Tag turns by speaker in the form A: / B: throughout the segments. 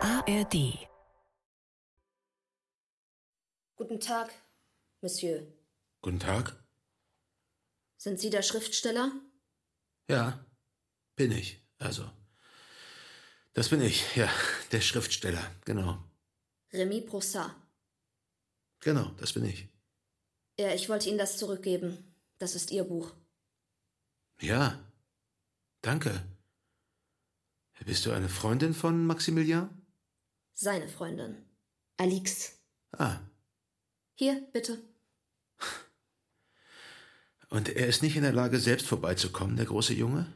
A: ARD.
B: Guten Tag, Monsieur.
C: Guten Tag.
B: Sind Sie der Schriftsteller?
C: Ja, bin ich. Also, das bin ich, ja, der Schriftsteller. Genau,
B: Remy Brossard.
C: genau, das bin ich.
B: Ja, ich wollte Ihnen das zurückgeben. Das ist Ihr Buch.
C: Ja, danke. Bist du eine Freundin von Maximilian?
B: Seine Freundin. Alix.
C: Ah,
B: Hier, bitte.
C: und er ist nicht in der Lage, selbst vorbeizukommen, der große Junge?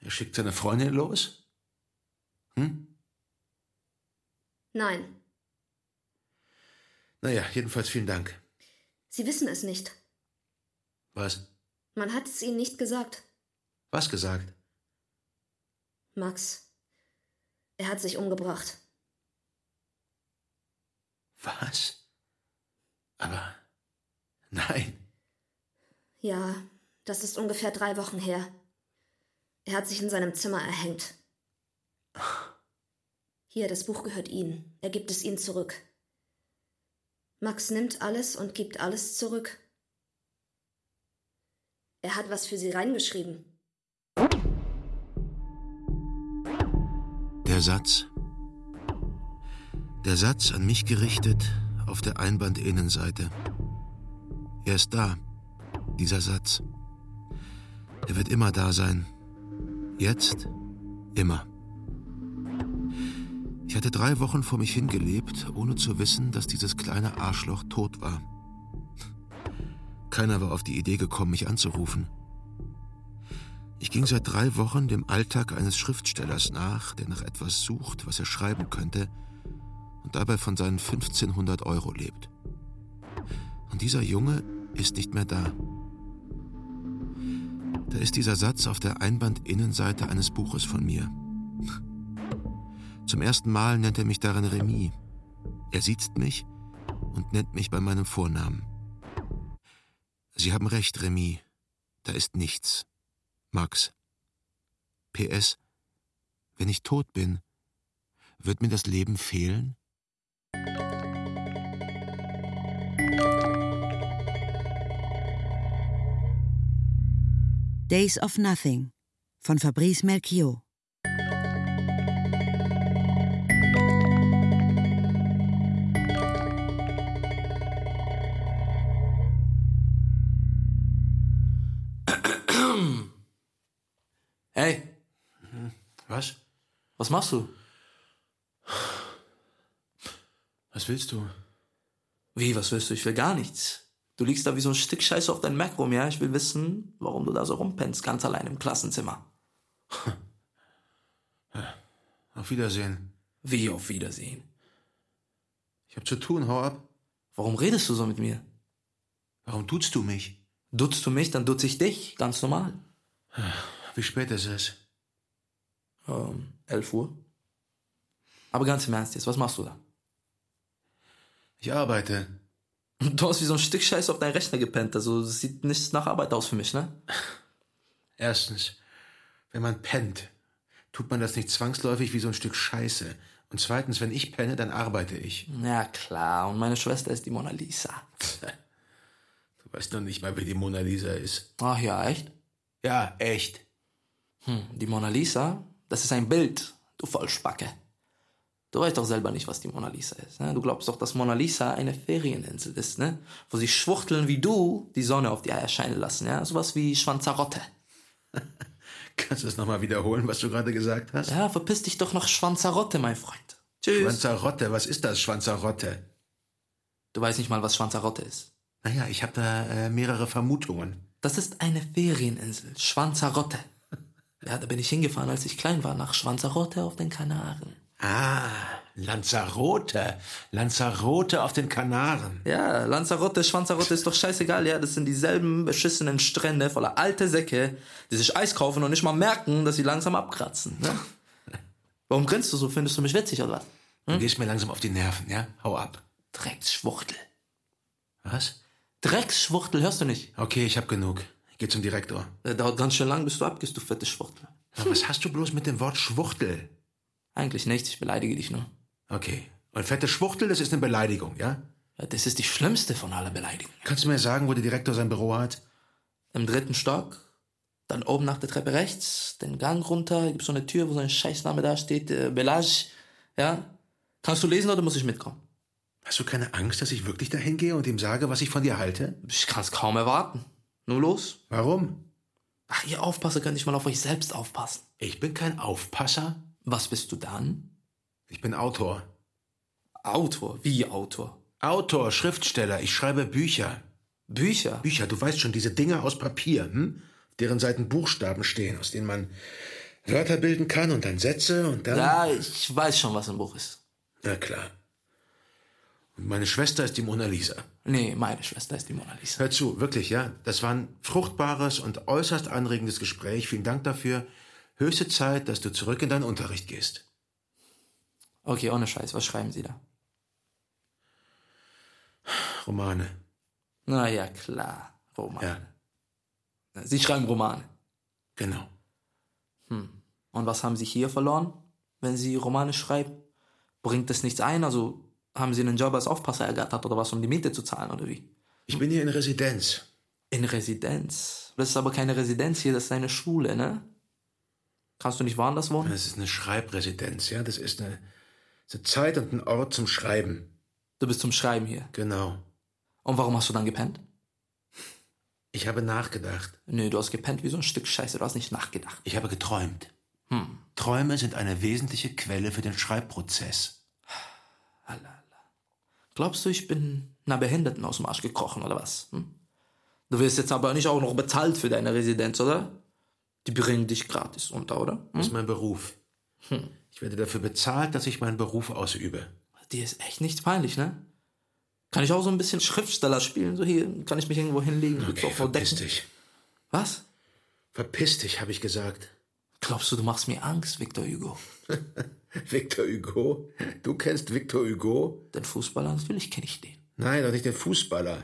C: Er schickt seine Freundin los? Hm?
B: Nein,
C: Naja, jedenfalls vielen Dank.
B: Sie wissen es nicht.
C: Was?
B: Man hat es Ihnen nicht gesagt.
C: Was gesagt?
B: Max. Er hat sich umgebracht.
C: Was? Aber. Nein.
B: Ja, das ist ungefähr drei Wochen her. Er hat sich in seinem Zimmer erhängt. Hier, das Buch gehört Ihnen. Er gibt es Ihnen zurück. Max nimmt alles und gibt alles zurück. Er hat was für Sie reingeschrieben.
C: Der Satz. Der Satz an mich gerichtet auf der Einbandinnenseite. Er ist da, dieser Satz. Er wird immer da sein. Jetzt, immer. Ich hatte drei Wochen vor mich hingelebt, ohne zu wissen, dass dieses kleine Arschloch tot war. Keiner war auf die Idee gekommen, mich anzurufen. Ich ging seit drei Wochen dem Alltag eines Schriftstellers nach, der nach etwas sucht, was er schreiben könnte und dabei von seinen 1500 Euro lebt. Und dieser Junge ist nicht mehr da. Da ist dieser Satz auf der Einbandinnenseite eines Buches von mir. Zum ersten Mal nennt er mich darin Remy. Er sieht mich und nennt mich bei meinem Vornamen. Sie haben recht, Remy. Da ist nichts. Max. PS. Wenn ich tot bin, wird mir das Leben fehlen?
D: Days of Nothing von Fabrice Melchior.
E: Hey,
C: Mhm. Was?
E: was machst du?
C: Was willst du?
E: Wie, was willst du? Ich will gar nichts. Du liegst da wie so ein Stück Scheiße auf deinem Mac rum, ja? Ich will wissen, warum du da so rumpennst, ganz allein im Klassenzimmer.
C: Auf Wiedersehen.
E: Wie, auf Wiedersehen.
C: Ich hab zu tun, hau ab.
E: Warum redest du so mit mir?
C: Warum tutst du mich?
E: Duzt du mich, dann dutze ich dich, ganz normal.
C: Wie spät ist es?
E: Ähm, 11 Uhr. Aber ganz im Ernst jetzt, was machst du da?
C: Ich arbeite.
E: Du hast wie so ein Stück Scheiße auf deinen Rechner gepennt, also das sieht nichts nach Arbeit aus für mich, ne?
C: Erstens, wenn man pennt, tut man das nicht zwangsläufig wie so ein Stück Scheiße. Und zweitens, wenn ich penne, dann arbeite ich.
E: Ja, klar, und meine Schwester ist die Mona Lisa.
C: Du weißt noch nicht mal, wer die Mona Lisa ist.
E: Ach ja, echt?
C: Ja, echt.
E: Hm, die Mona Lisa, das ist ein Bild, du Vollspacke. Du weißt doch selber nicht, was die Mona Lisa ist. Ne? Du glaubst doch, dass Mona Lisa eine Ferieninsel ist, ne? Wo sie Schwuchteln wie du die Sonne auf die Eier scheinen lassen, ja? Sowas wie Schwanzarotte.
C: Kannst du es nochmal wiederholen, was du gerade gesagt hast?
E: Ja, verpiss dich doch nach Schwanzarotte, mein Freund. Tschüss.
C: Schwanzarotte, was ist das, Schwanzarotte?
E: du weißt nicht mal, was Schwanzarotte ist.
C: Naja, ich habe da äh, mehrere Vermutungen.
E: Das ist eine Ferieninsel, Schwanzarotte. Ja, da bin ich hingefahren, als ich klein war, nach Schwanzarotte auf den Kanaren.
C: Ah, Lanzarote. Lanzarote auf den Kanaren.
E: Ja, Lanzarote, Schwanzarote ist doch scheißegal, ja. Das sind dieselben beschissenen Strände voller alte Säcke, die sich Eis kaufen und nicht mal merken, dass sie langsam abkratzen. Ne? Warum grinst du so? Findest du mich witzig oder was?
C: Du gehst mir langsam auf die Nerven, ja? Hau ab.
E: Drecksschwuchtel.
C: Was?
E: Drecksschwuchtel, hörst du nicht?
C: Okay, ich hab genug. Ich geh zum Direktor.
E: Das dauert ganz schön lang, bis du abgehst, du fette Schwuchtel.
C: Aber was hast du bloß mit dem Wort Schwuchtel?
E: Eigentlich nichts, ich beleidige dich nur.
C: Okay. Und fette Schwuchtel, das ist eine Beleidigung, ja?
E: Ja, Das ist die schlimmste von aller Beleidigungen.
C: Kannst du mir sagen, wo der Direktor sein Büro hat?
E: Im dritten Stock, dann oben nach der Treppe rechts, den Gang runter, gibt so eine Tür, wo so ein Scheißname da steht, äh, Belage. Ja? Kannst du lesen oder muss ich mitkommen?
C: Hast du keine Angst, dass ich wirklich dahin gehe und ihm sage, was ich von dir halte?
E: Ich kann es kaum erwarten. Nun los.
C: Warum?
E: Ach, ihr Aufpasser könnt nicht mal auf euch selbst aufpassen.
C: Ich bin kein Aufpasser.
E: Was bist du dann?
C: Ich bin Autor.
E: Autor. Wie Autor?
C: Autor, Schriftsteller, ich schreibe Bücher.
E: Bücher.
C: Bücher, du weißt schon, diese Dinge aus Papier, hm? Auf deren Seiten Buchstaben stehen, aus denen man Wörter bilden kann und dann Sätze und dann.
E: Ja, ich weiß schon, was im Buch ist.
C: Na klar. Und meine Schwester ist die Mona Lisa.
E: Nee, meine Schwester ist die Mona Lisa.
C: Hör zu, wirklich, ja. Das war ein fruchtbares und äußerst anregendes Gespräch. Vielen Dank dafür. Höchste Zeit, dass du zurück in deinen Unterricht gehst.
E: Okay, ohne Scheiß, was schreiben Sie da?
C: Romane.
E: Na ja, klar, Romane.
C: Ja.
E: Sie schreiben Romane. Hm.
C: Genau.
E: Und was haben Sie hier verloren, wenn Sie Romane schreiben? Bringt das nichts ein? Also haben Sie einen Job als Aufpasser ergattert oder was, um die Miete zu zahlen oder wie?
C: Ich bin hier in Residenz.
E: In Residenz. Das ist aber keine Residenz hier, das ist eine Schule, ne? Kannst du nicht woanders wohnen?
C: Das ist eine Schreibresidenz, ja. Das ist eine, ist eine Zeit und ein Ort zum Schreiben.
E: Du bist zum Schreiben hier.
C: Genau.
E: Und warum hast du dann gepennt?
C: Ich habe nachgedacht.
E: Nö, du hast gepennt wie so ein Stück Scheiße, du hast nicht nachgedacht.
C: Ich habe geträumt. Hm. Träume sind eine wesentliche Quelle für den Schreibprozess.
E: Glaubst du, ich bin einer Behinderten aus dem Arsch gekrochen oder was? Hm? Du wirst jetzt aber nicht auch noch bezahlt für deine Residenz, oder? Die bringen dich gratis unter, oder? Hm?
C: Das ist mein Beruf. Ich werde dafür bezahlt, dass ich meinen Beruf ausübe.
E: Dir ist echt nicht peinlich, ne? Kann ich auch so ein bisschen Schriftsteller spielen? So hier kann ich mich irgendwo hinlegen. so
C: Okay,
E: vor
C: verpiss
E: Decken.
C: dich.
E: Was?
C: Verpiss dich, habe ich gesagt.
E: Glaubst du, du machst mir Angst, Victor Hugo?
C: Victor Hugo? Du kennst Victor Hugo?
E: Den Fußballer, natürlich kenne ich den.
C: Nein, doch nicht den Fußballer.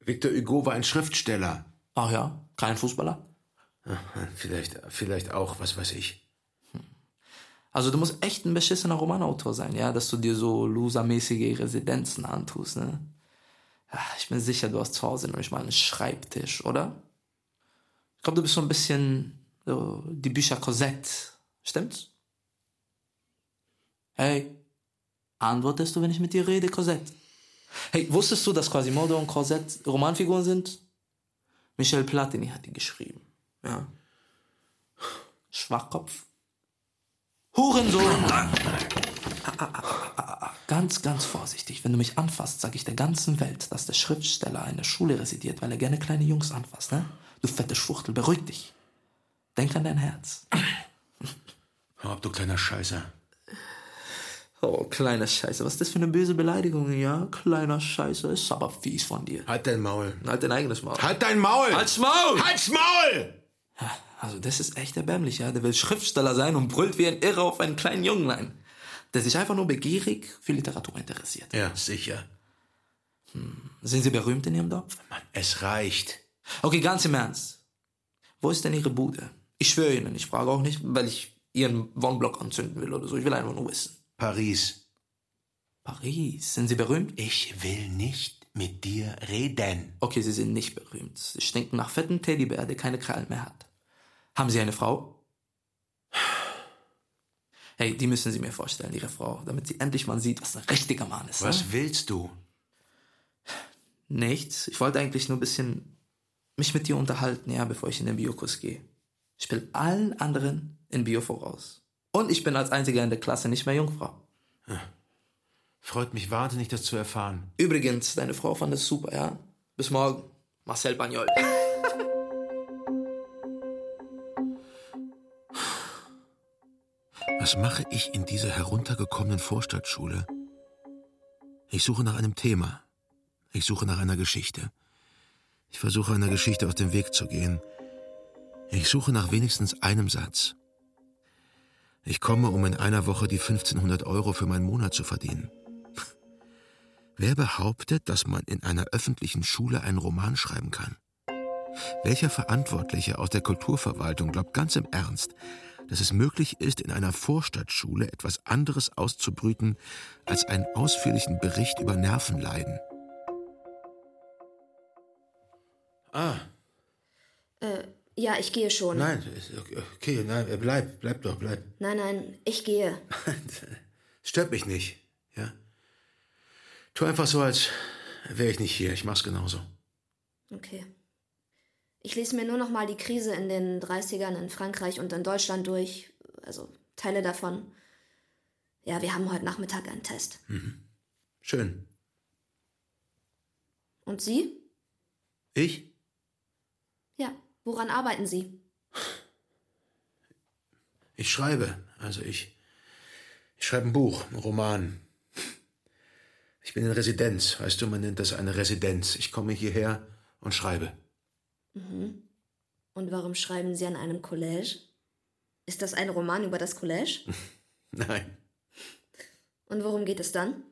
C: Victor Hugo war ein Schriftsteller.
E: Ach ja, kein Fußballer?
C: Ach, Vielleicht, vielleicht auch, was weiß ich.
E: Also du musst echt ein beschissener Romanautor sein, ja? Dass du dir so losermäßige Residenzen antust, ne? Ach, ich bin sicher, du hast zu Hause nämlich mal einen Schreibtisch, oder? Ich glaube, du bist so ein bisschen so die Bücher Cosette. Stimmt's? Hey, antwortest du, wenn ich mit dir rede, Cosette? Hey, wusstest du, dass Quasimodo und Cosette Romanfiguren sind? Michel Platini hat die geschrieben. Ja. Schwachkopf. Hurensohn! Ah, ah, ah, ah, ah. Ganz, ganz vorsichtig. Wenn du mich anfasst, sage ich der ganzen Welt, dass der Schriftsteller einer Schule residiert, weil er gerne kleine Jungs anfasst, ne? Du fette Schwuchtel, beruhig dich. Denk an dein Herz.
C: Hör ab, du kleiner Scheißer.
E: Oh, kleiner Scheiße, was ist das für eine böse Beleidigung, ja? Kleiner Scheiße, ist aber fies von dir.
C: Halt dein Maul.
E: Halt dein eigenes Maul.
C: Halt dein Maul!
E: Halt's Maul!
C: Halt's Maul!
E: Also das ist echt erbärmlich, ja. Der will Schriftsteller sein und brüllt wie ein Irrer auf einen kleinen Junglein, der sich einfach nur begierig für Literatur interessiert.
C: Ja, sicher.
E: Sind Sie berühmt in Ihrem Dorf?
C: Mann, es reicht.
E: Okay, ganz im Ernst. Wo ist denn Ihre Bude? Ich schwöre Ihnen, ich frage auch nicht, weil ich Ihren Wohnblock anzünden will oder so. Ich will einfach nur wissen.
C: Paris.
E: Paris, sind Sie berühmt?
C: Ich will nicht mit dir reden.
E: Okay, Sie sind nicht berühmt. Sie stinken nach fetten Teddybär, der keine Krallen mehr hat. Haben Sie eine Frau? Hey, die müssen Sie mir vorstellen, Ihre Frau, damit sie endlich mal sieht, was ein richtiger Mann ist. Ne?
C: Was willst du?
E: Nichts. Ich wollte eigentlich nur ein bisschen mich mit dir unterhalten, ja, bevor ich in den Biokurs gehe. Ich bin allen anderen in Bio voraus. Und ich bin als einziger in der Klasse nicht mehr Jungfrau.
C: Freut mich wahnsinnig, das zu erfahren.
E: Übrigens, deine Frau fand es super, ja? Bis morgen. Marcel Bagnol.
C: Was mache ich in dieser heruntergekommenen Vorstadtschule? Ich suche nach einem Thema. Ich suche nach einer Geschichte. Ich versuche einer Geschichte aus dem Weg zu gehen. Ich suche nach wenigstens einem Satz. Ich komme, um in einer Woche die 1500 Euro für meinen Monat zu verdienen. Wer behauptet, dass man in einer öffentlichen Schule einen Roman schreiben kann? Welcher Verantwortliche aus der Kulturverwaltung glaubt ganz im Ernst,
F: dass es möglich ist, in einer Vorstadtschule etwas anderes auszubrüten als einen ausführlichen Bericht über Nervenleiden.
C: Ah,
B: Äh, ja, ich gehe schon.
C: nein, ist okay, okay, nein, äh, bleib, bleib doch, bleib.
B: nein, nein, ich gehe.
C: Stört mich nicht, ja? Tu einfach so, als wäre ich nicht hier. Ich mach's genauso.
B: Okay. Ich lese mir nur noch mal die Krise in den 30ern in Frankreich und in Deutschland durch, also Teile davon. Ja, wir haben heute Nachmittag einen Test.
C: Schön.
B: Und Sie?
C: Ich?
B: Ja, woran arbeiten Sie?
C: Ich schreibe. Also ich. Ich schreibe ein Buch, einen Roman. Ich bin in Residenz. Weißt du, man nennt das eine Residenz. Ich komme hierher und schreibe.
B: Mhm. Und warum schreiben Sie an einem Collège? Ist das ein Roman über das Collège?
C: Nein.
B: Und worum geht es dann?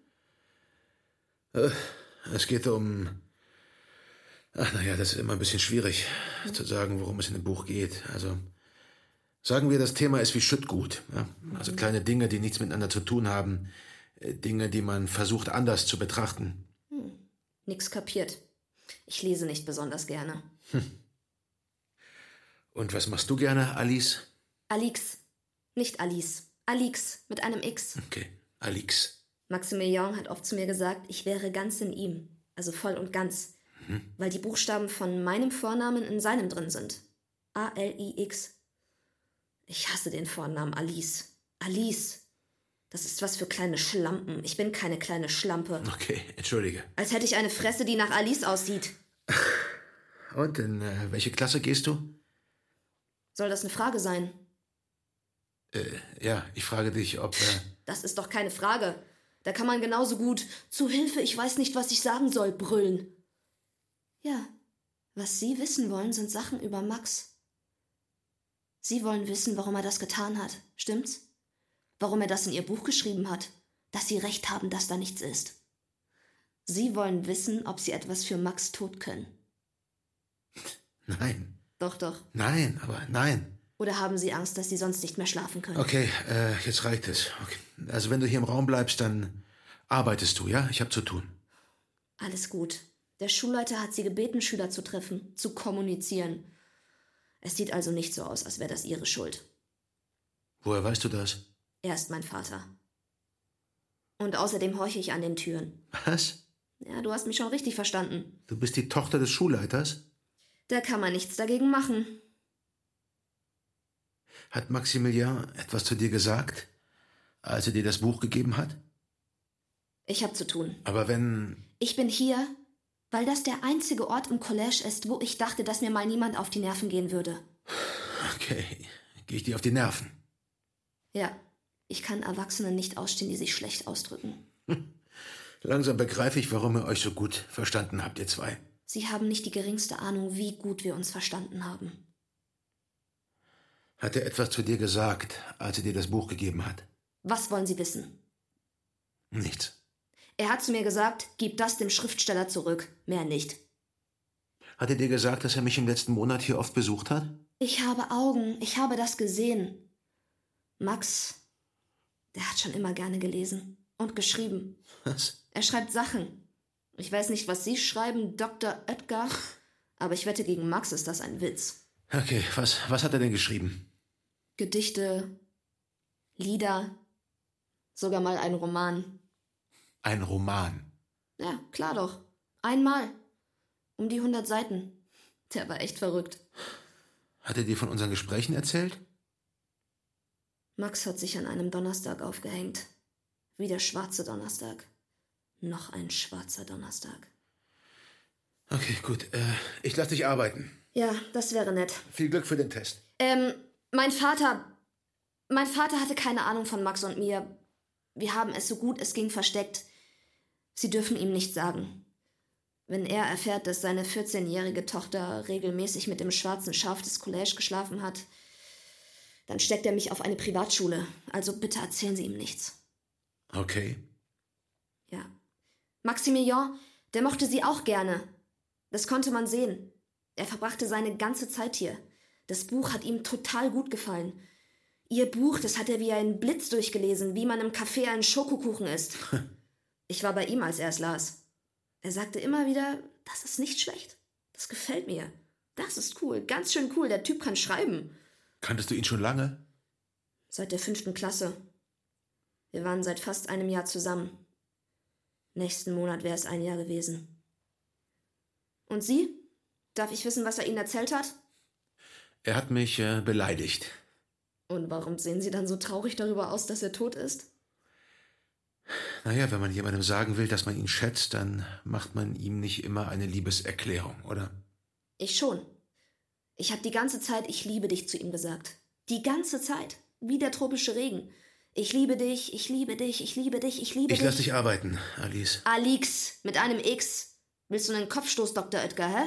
C: Es geht um. Ach, naja, das ist immer ein bisschen schwierig zu sagen, worum es in dem Buch geht. Also. Sagen wir, das Thema ist wie Schüttgut. Ja? Also kleine Dinge, die nichts miteinander zu tun haben. äh, Dinge, die man versucht anders zu betrachten.
B: Nix kapiert. Ich lese nicht besonders gerne.
C: Und was machst du gerne, Alice?
B: Alix. Nicht Alice. Alix mit einem X.
C: Okay, Alix.
B: Maximilian hat oft zu mir gesagt, ich wäre ganz in ihm, also voll und ganz, weil die Buchstaben von meinem Vornamen in seinem drin sind. A-L-I-X. Ich hasse den Vornamen Alice. Alice. Das ist was für kleine Schlampen. Ich bin keine kleine Schlampe.
C: Okay, entschuldige.
B: Als hätte ich eine Fresse, die nach Alice aussieht.
C: Und in äh, welche Klasse gehst du?
B: Soll das eine Frage sein?
C: Ja, ich frage dich, ob. Äh,
B: Das ist doch keine Frage. Da kann man genauso gut zu Hilfe, ich weiß nicht, was ich sagen soll, brüllen. Ja, was Sie wissen wollen, sind Sachen über Max. Sie wollen wissen, warum er das getan hat, stimmt's? Warum er das in Ihr Buch geschrieben hat, dass Sie recht haben, dass da nichts ist. Sie wollen wissen, ob Sie etwas für Max Tod können.
C: nein,
B: Doch, doch.
C: nein, aber nein.
B: Oder haben Sie Angst, dass Sie sonst nicht mehr schlafen können?
C: Okay, äh, jetzt reicht es. Okay. Also, wenn du hier im Raum bleibst, dann arbeitest du, ja? Ich habe zu tun.
B: Alles gut. Der Schulleiter hat sie gebeten, Schüler zu treffen, zu kommunizieren. Es sieht also nicht so aus, als wäre das ihre Schuld.
C: Woher weißt du das?
B: Er ist mein Vater. Und außerdem horche ich an den Türen.
C: Was?
B: Ja, du hast mich schon richtig verstanden.
C: Du bist die Tochter des Schulleiters?
B: Da kann man nichts dagegen machen.
C: Hat Maximilian etwas zu dir gesagt, als er dir das Buch gegeben hat?
B: Ich hab zu tun.
C: Aber wenn.
B: Ich bin hier, weil das der einzige Ort im College ist, wo ich dachte, dass mir mal niemand auf die Nerven gehen würde.
C: Okay, gehe ich dir auf die Nerven.
B: Ja, ich kann Erwachsenen nicht ausstehen, die sich schlecht ausdrücken.
C: Langsam begreife ich, warum ihr euch so gut verstanden habt, ihr zwei.
B: Sie haben nicht die geringste Ahnung, wie gut wir uns verstanden haben.
C: Hat er etwas zu dir gesagt, als er dir das Buch gegeben hat?
B: Was wollen Sie wissen?
C: Nichts.
B: Er hat zu mir gesagt, gib das dem Schriftsteller zurück, mehr nicht.
C: Hat er dir gesagt, dass er mich im letzten Monat hier oft besucht hat?
B: Ich habe Augen, ich habe das gesehen. Max, der hat schon immer gerne gelesen und geschrieben.
C: Was?
B: Er schreibt Sachen. Ich weiß nicht, was Sie schreiben, Dr. Edgar, aber ich wette, gegen Max ist das ein Witz.
C: Okay, was, was hat er denn geschrieben?
B: Gedichte, Lieder, sogar mal ein Roman.
C: Ein Roman.
B: Ja, klar doch. Einmal. Um die 100 Seiten. Der war echt verrückt.
C: Hat er dir von unseren Gesprächen erzählt?
B: Max hat sich an einem Donnerstag aufgehängt. Wie der schwarze Donnerstag. Noch ein schwarzer Donnerstag.
C: Okay, gut. Äh, ich lass dich arbeiten.
B: Ja, das wäre nett.
C: Viel Glück für den Test.
B: Ähm, mein Vater. Mein Vater hatte keine Ahnung von Max und mir. Wir haben es so gut es ging versteckt. Sie dürfen ihm nicht sagen. Wenn er erfährt, dass seine 14-jährige Tochter regelmäßig mit dem schwarzen Schaf des Collège geschlafen hat, dann steckt er mich auf eine Privatschule. Also bitte erzählen Sie ihm nichts.
C: Okay.
B: Ja. Maximilian, der mochte sie auch gerne. Das konnte man sehen. Er verbrachte seine ganze Zeit hier. Das Buch hat ihm total gut gefallen. Ihr Buch, das hat er wie einen Blitz durchgelesen, wie man im Café einen Schokokuchen isst. Ich war bei ihm, als er es las. Er sagte immer wieder, das ist nicht schlecht. Das gefällt mir. Das ist cool, ganz schön cool. Der Typ kann schreiben.
C: Kanntest du ihn schon lange?
B: Seit der fünften Klasse. Wir waren seit fast einem Jahr zusammen. Nächsten Monat wäre es ein Jahr gewesen. Und Sie? Darf ich wissen, was er Ihnen erzählt hat?
C: Er hat mich äh, beleidigt.
B: Und warum sehen Sie dann so traurig darüber aus, dass er tot ist?
C: Naja, wenn man jemandem sagen will, dass man ihn schätzt, dann macht man ihm nicht immer eine Liebeserklärung, oder?
B: Ich schon. Ich habe die ganze Zeit ich liebe dich zu ihm gesagt. Die ganze Zeit. Wie der tropische Regen. Ich liebe dich, ich liebe dich, ich liebe dich, ich liebe
C: Ich
B: dich.
C: lass dich arbeiten, Alice.
B: Alix mit einem X. Willst du einen Kopfstoß, Dr. Oetker, hä?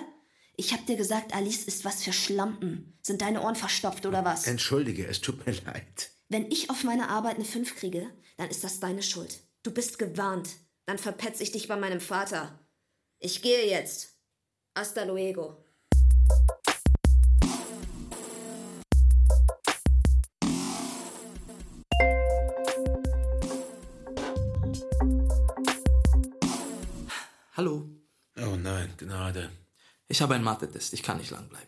B: Ich hab dir gesagt, Alice ist was für Schlampen. Sind deine Ohren verstopft oder was?
C: Entschuldige, es tut mir leid.
B: Wenn ich auf meine Arbeit eine 5 kriege, dann ist das deine Schuld. Du bist gewarnt. Dann verpetz ich dich bei meinem Vater. Ich gehe jetzt. Hasta luego.
E: Hallo,
C: Oh nein, Gnade.
E: ich habe einen Mathe-Test, ich kann nicht lang bleiben.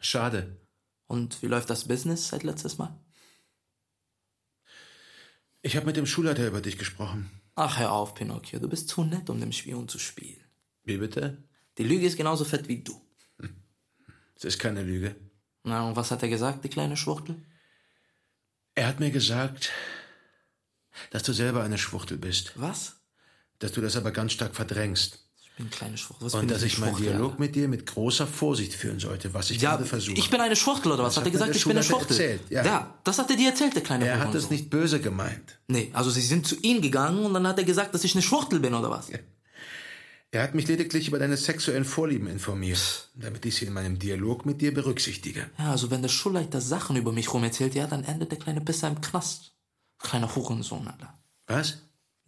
C: Schade.
E: Und wie läuft das Business seit letztes Mal?
C: Ich habe mit dem Schulleiter über dich gesprochen.
E: Ach, hör auf, Pinocchio, du bist zu nett, um dem Spion zu spielen.
C: Wie bitte?
E: Die Lüge ist genauso fett wie du.
C: Es ist keine Lüge.
E: Na, und was hat er gesagt, die kleine Schwuchtel?
C: Er hat mir gesagt, dass du selber eine Schwuchtel bist,
E: Was?
C: dass du das aber ganz stark verdrängst
E: Ich bin kleine Schwuchtel. Was bin
C: und dass
E: für
C: ich meinen
E: Schwuchtel,
C: Dialog
E: Alter?
C: mit dir mit großer Vorsicht führen sollte, was ich
E: Ja,
C: gerade versuche.
E: ich bin eine Schwuchtel, oder was? Hat
C: hat
E: er
C: mir
E: gesagt,
C: der
E: ich bin eine
C: Schulleiter
E: Schwuchtel?
C: erzählt, ja.
E: das hat er dir erzählt, der kleine
C: er hat
E: Hurensohn.
C: es nicht böse gemeint.
E: Nee, also sie sind zu ihm gegangen und dann hat er gesagt, dass ich eine Schwuchtel bin, oder was?
C: Er hat mich lediglich über deine sexuellen Vorlieben informiert, damit ich sie in meinem Dialog mit dir berücksichtige.
E: Ja, also wenn der Schulleiter Sachen über mich rum erzählt, ja, dann endet der kleine Pisser im Knast. Kleiner Hurensohn, Alter.
C: Was?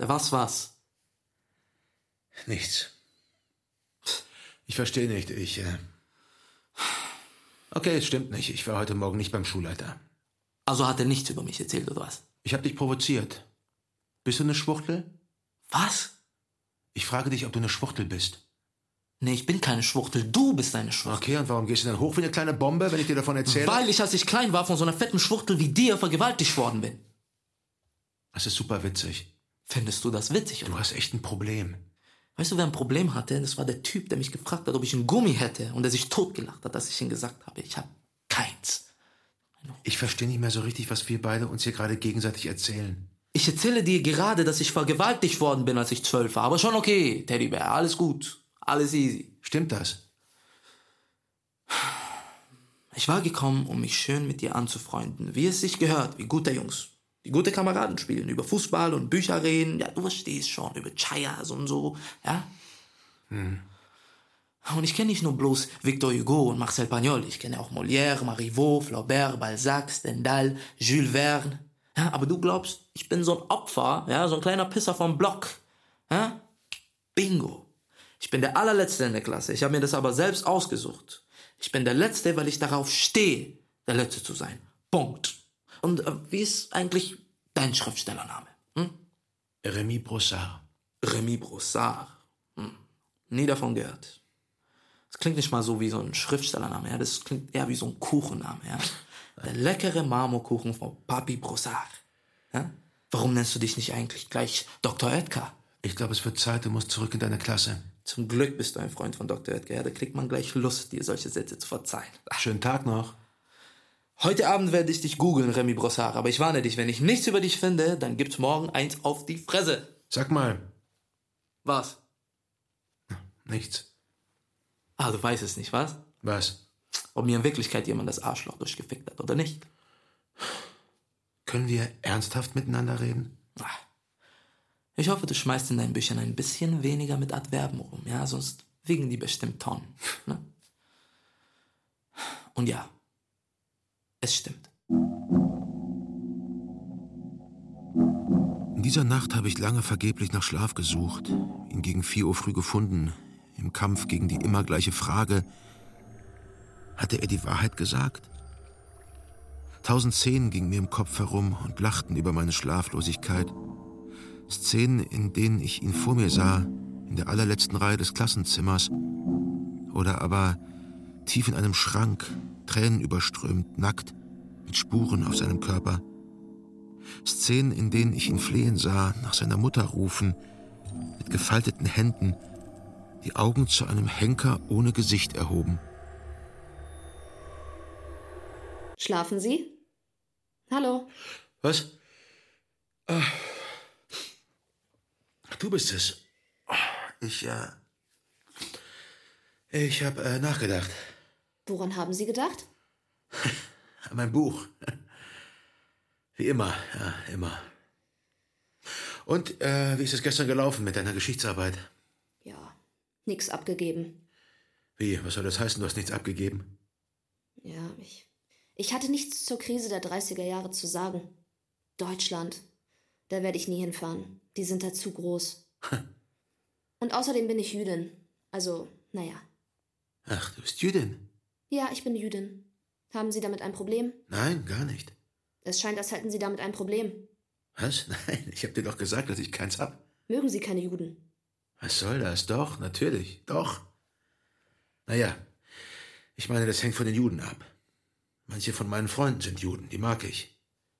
E: Ja, Was, was?
C: Nichts. Ich verstehe nicht, ich. Äh okay, es stimmt nicht. Ich war heute Morgen nicht beim Schulleiter.
E: Also hat er nichts über mich erzählt, oder was?
C: Ich habe dich provoziert. Bist du eine Schwuchtel?
E: Was?
C: Ich frage dich, ob du eine Schwuchtel bist.
E: Nee, ich bin keine Schwuchtel, du bist eine Schwuchtel.
C: Okay, und warum gehst du dann hoch wie eine kleine Bombe, wenn ich dir davon erzähle?
E: Weil ich, als ich klein war, von so einer fetten Schwuchtel wie dir vergewaltigt worden bin.
C: Das ist super witzig.
E: Findest du das witzig?
C: Du
E: Oder?
C: hast echt ein Problem.
E: Weißt du, wer ein Problem hatte? Das war der Typ, der mich gefragt hat, ob ich einen Gummi hätte und der sich totgelacht hat, dass ich ihm gesagt habe, ich habe keins.
C: Ich verstehe nicht mehr so richtig, was wir beide uns hier gerade gegenseitig erzählen.
E: Ich erzähle dir gerade, dass ich vergewaltigt worden bin, als ich zwölf war. Aber schon okay, Teddybär, alles gut, alles easy.
C: Stimmt das?
E: Ich war gekommen, um mich schön mit dir anzufreunden, wie es sich gehört, wie gute Jungs. Die gute Kameraden spielen, über Fußball und Bücher reden, ja, du verstehst schon, über Chayas und so, ja? Hm. Und ich kenne nicht nur bloß Victor Hugo und Marcel Pagnol, ich kenne auch Molière, Marivaux, Flaubert, Balzac, Stendhal, Jules Verne. Ja, aber du glaubst, ich bin so ein Opfer, ja, so ein kleiner Pisser vom Block. Ja? Bingo. Ich bin der allerletzte in der Klasse. Ich habe mir das aber selbst ausgesucht. Ich bin der Letzte, weil ich darauf stehe, der Letzte zu sein. Punkt. Und äh, wie ist eigentlich dein Schriftstellername? Hm?
C: Remy Brossard.
E: Remy Brossard. Hm. Nie davon gehört. Das klingt nicht mal so wie so ein Schriftstellername, ja. Das klingt eher wie so ein Kuchenname, ja. Der leckere Marmorkuchen von Papi Brossard. Ja? Warum nennst du dich nicht eigentlich gleich Dr. Oetker?
C: Ich glaube, es wird Zeit, du musst zurück in deine Klasse.
E: Zum Glück bist du ein Freund von Dr. Oetker. Ja, da kriegt man gleich Lust, dir solche Sätze zu verzeihen.
C: Schönen Tag noch.
E: Heute Abend werde ich dich googeln, Remy Brossard. Aber ich warne dich, wenn ich nichts über dich finde, dann gibt's morgen eins auf die Fresse.
C: Sag mal,
E: Was?
C: nichts.
E: Ah, du weißt es nicht, was?
C: Was?
E: Ob mir in Wirklichkeit jemand das Arschloch durchgefickt hat oder nicht.
C: Können wir ernsthaft miteinander reden?
E: Ah. Ich hoffe, du schmeißt in deinen Büchern ein bisschen weniger mit Adverben rum, ja? Sonst wiegen die bestimmt Tonnen. Ne? Und ja, es stimmt.
G: In dieser Nacht habe ich lange vergeblich nach Schlaf gesucht, ihn gegen 4 Uhr früh gefunden, im Kampf gegen die immer gleiche Frage, hatte er die Wahrheit gesagt?
H: Tausend Szenen gingen mir im Kopf herum und lachten über meine Schlaflosigkeit. Szenen, in denen ich ihn vor mir sah, in der allerletzten Reihe des Klassenzimmers. Oder aber tief in einem Schrank, tränenüberströmt, nackt, mit Spuren auf seinem Körper. Szenen, in denen ich ihn flehen sah, nach seiner Mutter rufen, mit gefalteten Händen, die Augen zu einem Henker ohne Gesicht erhoben.
B: Schlafen Sie? Hallo.
C: Was? Ah. Du bist es. Ich, äh. Ich hab äh, nachgedacht.
B: Woran haben Sie gedacht?
C: An mein Buch. Wie immer, ja, immer. Und äh, wie ist es gestern gelaufen mit deiner Geschichtsarbeit?
B: Ja, nix abgegeben.
C: Wie, was soll das heißen, du hast nichts abgegeben?
B: Ja, ich. Ich hatte nichts zur Krise der 30er Jahre zu sagen. Deutschland. Da werde ich nie hinfahren. Die sind da zu groß. Und außerdem bin ich Jüdin. Also, naja.
C: Ach, du bist Jüdin?
B: Ja, ich bin Jüdin. Haben Sie damit ein Problem?
C: Nein, gar nicht.
B: Es scheint, als hätten Sie damit ein Problem.
C: Was? Nein, ich hab dir doch gesagt, dass ich keins hab.
B: Mögen Sie keine Juden?
C: Was soll das? Doch, natürlich, doch. Naja, ich meine, das hängt von den Juden ab. Manche von meinen Freunden sind Juden, die mag ich.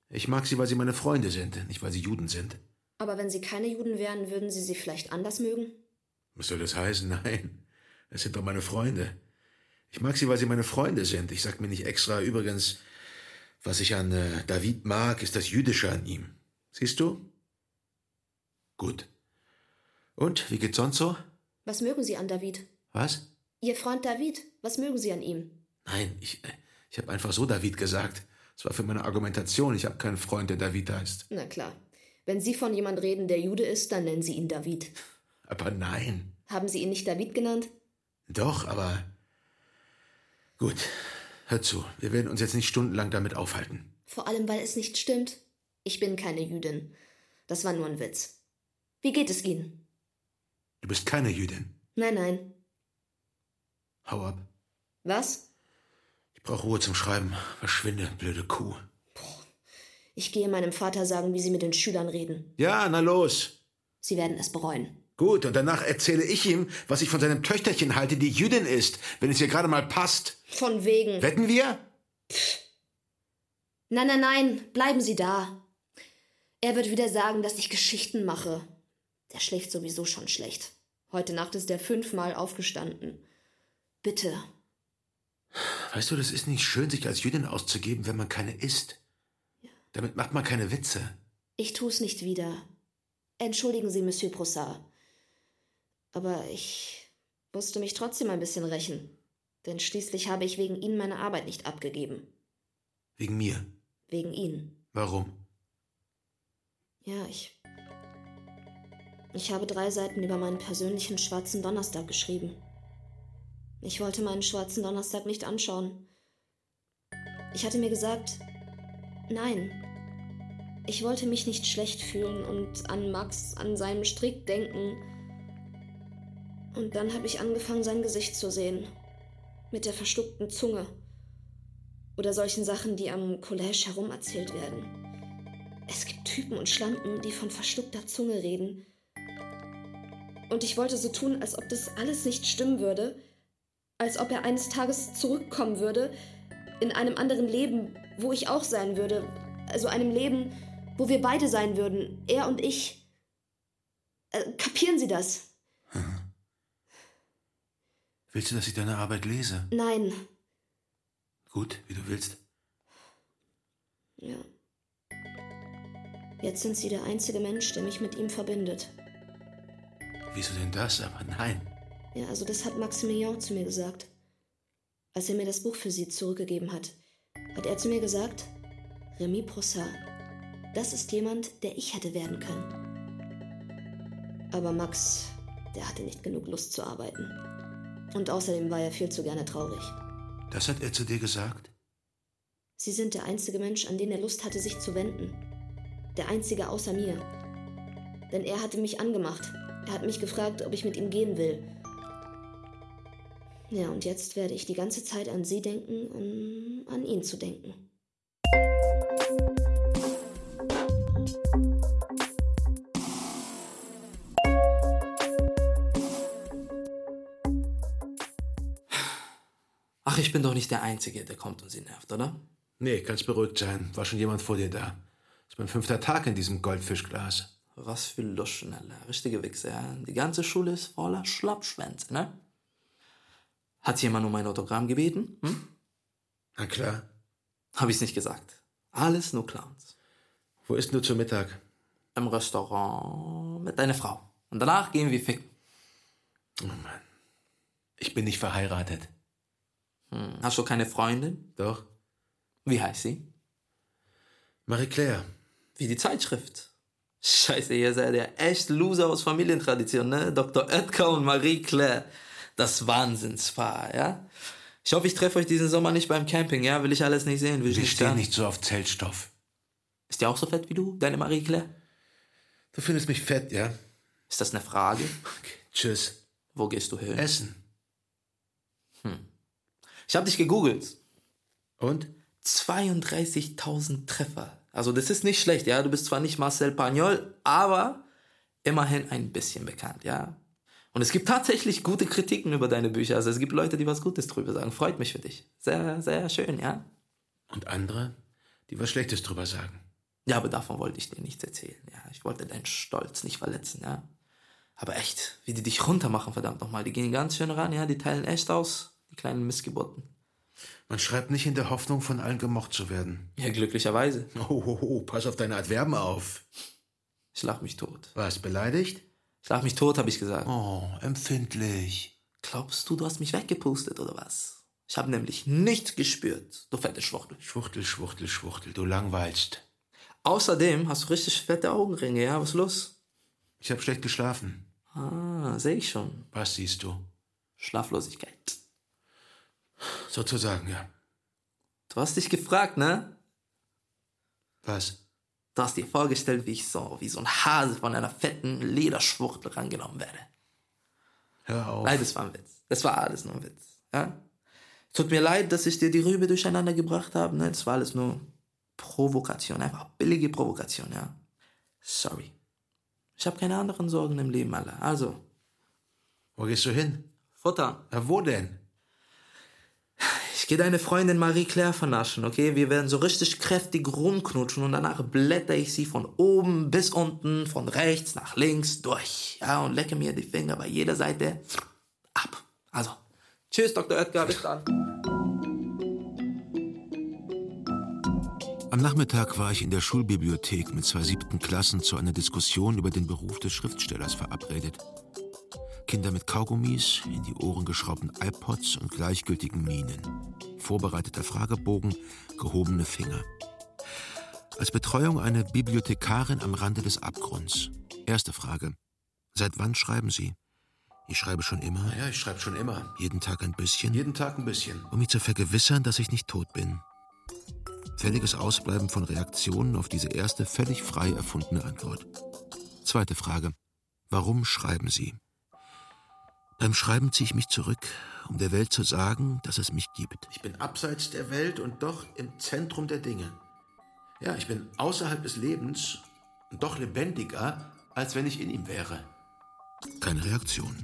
C: Ich mag sie, weil sie meine Freunde sind, nicht weil sie Juden sind.
B: Aber wenn Sie keine Juden wären, würden Sie sie vielleicht anders mögen?
C: Was soll das heißen? Nein, es sind doch meine Freunde. Ich mag sie, weil sie meine Freunde sind. Ich sag mir nicht extra, übrigens, was ich an äh, David mag, ist das Jüdische an ihm. Siehst du? Gut. Und, wie geht's sonst so?
B: Was mögen Sie an David?
C: Was?
B: Ihr Freund David, was mögen Sie an ihm?
C: Nein, ich, äh, ich habe einfach so David gesagt. Das war für meine Argumentation. Ich habe keinen Freund, der David heißt.
B: Na klar. Wenn Sie von jemand reden, der Jude ist, dann nennen Sie ihn David.
C: Aber nein.
B: Haben Sie ihn nicht David genannt?
C: Doch, aber. Gut. Hör zu, wir werden uns jetzt nicht stundenlang damit aufhalten.
B: Vor allem, weil es nicht stimmt. Ich bin keine Jüdin. Das war nur ein Witz. Wie geht es Ihnen?
C: Du bist keine Jüdin.
B: Nein, nein.
C: Hau ab.
B: Was?
C: Ich brauche Ruhe zum Schreiben. Verschwinde, blöde Kuh.
B: Ich gehe meinem Vater sagen, wie Sie mit den Schülern reden.
C: Ja, na los.
B: Sie werden es bereuen.
C: Gut, und danach erzähle ich ihm, was ich von seinem Töchterchen halte, die Jüdin ist, wenn es ihr gerade mal passt.
B: Von wegen.
C: Wetten wir?
B: Nein, nein, nein, bleiben Sie da. Er wird wieder sagen, dass ich Geschichten mache. Der schläft sowieso schon schlecht. Heute Nacht ist er fünfmal aufgestanden. Bitte.
C: Weißt du, das ist nicht schön, sich als Jüdin auszugeben, wenn man keine ist. Damit macht man keine Witze.
B: Ich tu's nicht wieder. Entschuldigen Sie, Monsieur Broussard. Aber ich musste mich trotzdem ein bisschen rächen. Denn schließlich habe ich wegen Ihnen meine Arbeit nicht abgegeben.
C: Wegen mir.
B: Wegen Ihnen.
C: Warum?
B: Ja, ich. Ich habe drei Seiten über meinen persönlichen schwarzen Donnerstag geschrieben. Ich wollte meinen schwarzen Donnerstag nicht anschauen. Ich hatte mir gesagt, nein. Ich wollte mich nicht schlecht fühlen und an Max, an seinem Strick denken. Und dann habe ich angefangen, sein Gesicht zu sehen. Mit der verschluckten Zunge. Oder solchen Sachen, die am Collège herum erzählt werden. Es gibt Typen und Schlampen, die von verschluckter Zunge reden. Und ich wollte so tun, als ob das alles nicht stimmen würde, als ob er eines Tages zurückkommen würde, in einem anderen Leben, wo ich auch sein würde, also einem Leben, wo wir beide sein würden, er und ich. Äh, kapieren Sie das?
C: Willst du, dass ich deine Arbeit lese?
B: Nein.
C: Gut, wie du willst.
B: Ja. Jetzt sind Sie der einzige Mensch, der mich mit ihm verbindet.
C: Wieso denn das? Aber nein.
B: Ja, also das hat Maximilian zu mir gesagt. Als er mir das Buch für sie zurückgegeben hat, hat er zu mir gesagt, Remy Broussard, das ist jemand, der ich hätte werden können. Aber Max, der hatte nicht genug Lust zu arbeiten. Und außerdem war er viel zu gerne traurig.
C: Das hat er zu dir gesagt?
B: Sie sind der einzige Mensch, an den er Lust hatte, sich zu wenden. Der einzige außer mir. Denn er hatte mich angemacht. Er hat mich gefragt, ob ich mit ihm gehen will. Ja, und jetzt werde ich die ganze Zeit an sie denken, um an ihn zu denken.
E: ich bin doch nicht der Einzige, der kommt und sie nervt, oder?
A: Nee, kannst beruhigt sein. War schon jemand vor dir da. Ist mein fünfter Tag in diesem Goldfischglas.
E: Was für Luschen, Alter. Richtige Wichser, ja. Die ganze Schule ist voller Schlappschwänze, ne? Hat jemand um ein Autogramm gebeten? Hm?
A: Na klar.
E: Hab ich's nicht gesagt. Alles nur Clowns.
A: Wo ist nur zu Mittag?
E: Im Restaurant mit deiner Frau. Und danach gehen wir ficken.
A: Oh Mann. Ich bin nicht verheiratet.
E: Hm. Hast du keine Freundin?
A: Doch.
E: Wie heißt sie?
A: Marie Claire.
E: Wie die Zeitschrift. Scheiße, ihr seid ja echt Loser aus Familientradition, ne? Dr. Oetker und Marie Claire. Das Wahnsinnspaar, ja? Ich hoffe, ich treffe euch diesen Sommer nicht beim Camping, ja? Will ich alles nicht sehen, will ich
A: Wir
E: nicht
A: stehen
E: sterben.
A: nicht so auf Zeltstoff.
E: Ist die auch so fett wie du, deine Marie Claire?
A: Du findest mich fett, ja?
E: Ist das eine Frage?
A: Tschüss.
E: Wo gehst du hin?
A: Essen.
E: Ich habe dich gegoogelt.
A: Und?
E: 32.000 Treffer. Also das ist nicht schlecht, ja. Du bist zwar nicht Marcel Pagnol, aber immerhin ein bisschen bekannt, ja. Und es gibt tatsächlich gute Kritiken über deine Bücher. Also es gibt Leute, die was Gutes drüber sagen. Freut mich für dich. Sehr, sehr schön, ja.
A: Und andere, die was Schlechtes drüber sagen.
E: Ja, aber davon wollte ich dir nichts erzählen. Ja, ich wollte deinen Stolz nicht verletzen, ja. Aber echt, wie die dich runtermachen, verdammt nochmal. Die gehen ganz schön ran, ja. Die teilen echt aus, die kleinen Missgeburten.
A: Man schreibt nicht in der Hoffnung, von allen gemocht zu werden.
E: Ja, glücklicherweise.
A: Oh, oh, oh pass auf deine Adverben auf.
E: Ich lach mich tot.
A: Was, beleidigt?
E: Ich lach mich tot, habe ich gesagt.
A: Oh, empfindlich.
E: Glaubst du, du hast mich weggepustet oder was? Ich habe nämlich nichts gespürt, du fette Schwuchtel.
A: Schwuchtel, schwuchtel, schwuchtel, du langweilst.
E: Außerdem hast du richtig fette Augenringe, ja? Was ist los?
A: Ich hab schlecht geschlafen.
E: Ah, sehe ich schon.
A: Was siehst du?
E: Schlaflosigkeit.
A: Sozusagen, ja.
E: Du hast dich gefragt, ne?
A: Was?
E: Du hast dir vorgestellt, wie ich so, wie so ein Hase von einer fetten Lederschwuchtel rangenommen werde.
A: Hör auf.
E: Nein, das war ein Witz. Das war alles nur ein Witz, ja? Tut mir leid, dass ich dir die Rübe durcheinander gebracht habe, ne? Das war alles nur Provokation, einfach billige Provokation, ja? Sorry. Ich habe keine anderen Sorgen im Leben, Alter. Also,
A: Wo gehst du hin?
E: Futter.
A: Na, wo denn?
E: Ich gehe deine Freundin Marie Claire vernaschen, okay? Wir werden so richtig kräftig rumknutschen und danach blätter ich sie von oben bis unten, von rechts nach links durch. Ja, und lecke mir die Finger bei jeder Seite ab. Also, tschüss, Dr. Oetker, bis dann.
C: Am Nachmittag war ich in der Schulbibliothek mit zwei siebten Klassen zu einer Diskussion über den Beruf des Schriftstellers verabredet. Kinder mit Kaugummis, in die Ohren geschraubten iPods und gleichgültigen Mienen. Vorbereiteter Fragebogen, gehobene Finger. Als Betreuung eine Bibliothekarin am Rande des Abgrunds. Erste Frage. Seit wann schreiben Sie? Ich schreibe schon immer,
A: Ja, ich schreibe schon immer.
C: jeden Tag ein bisschen
A: Jeden Tag ein bisschen.
C: um mich zu vergewissern, dass ich nicht tot bin. Fälliges Ausbleiben von Reaktionen auf diese erste völlig frei erfundene Antwort. Zweite Frage. Warum schreiben Sie? Beim Schreiben ziehe ich mich zurück, um der Welt zu sagen, dass es mich gibt.
A: Ich bin abseits der Welt und doch im Zentrum der Dinge. Ja, ich bin außerhalb des Lebens und doch lebendiger, als wenn ich in ihm wäre.
C: Keine Reaktion.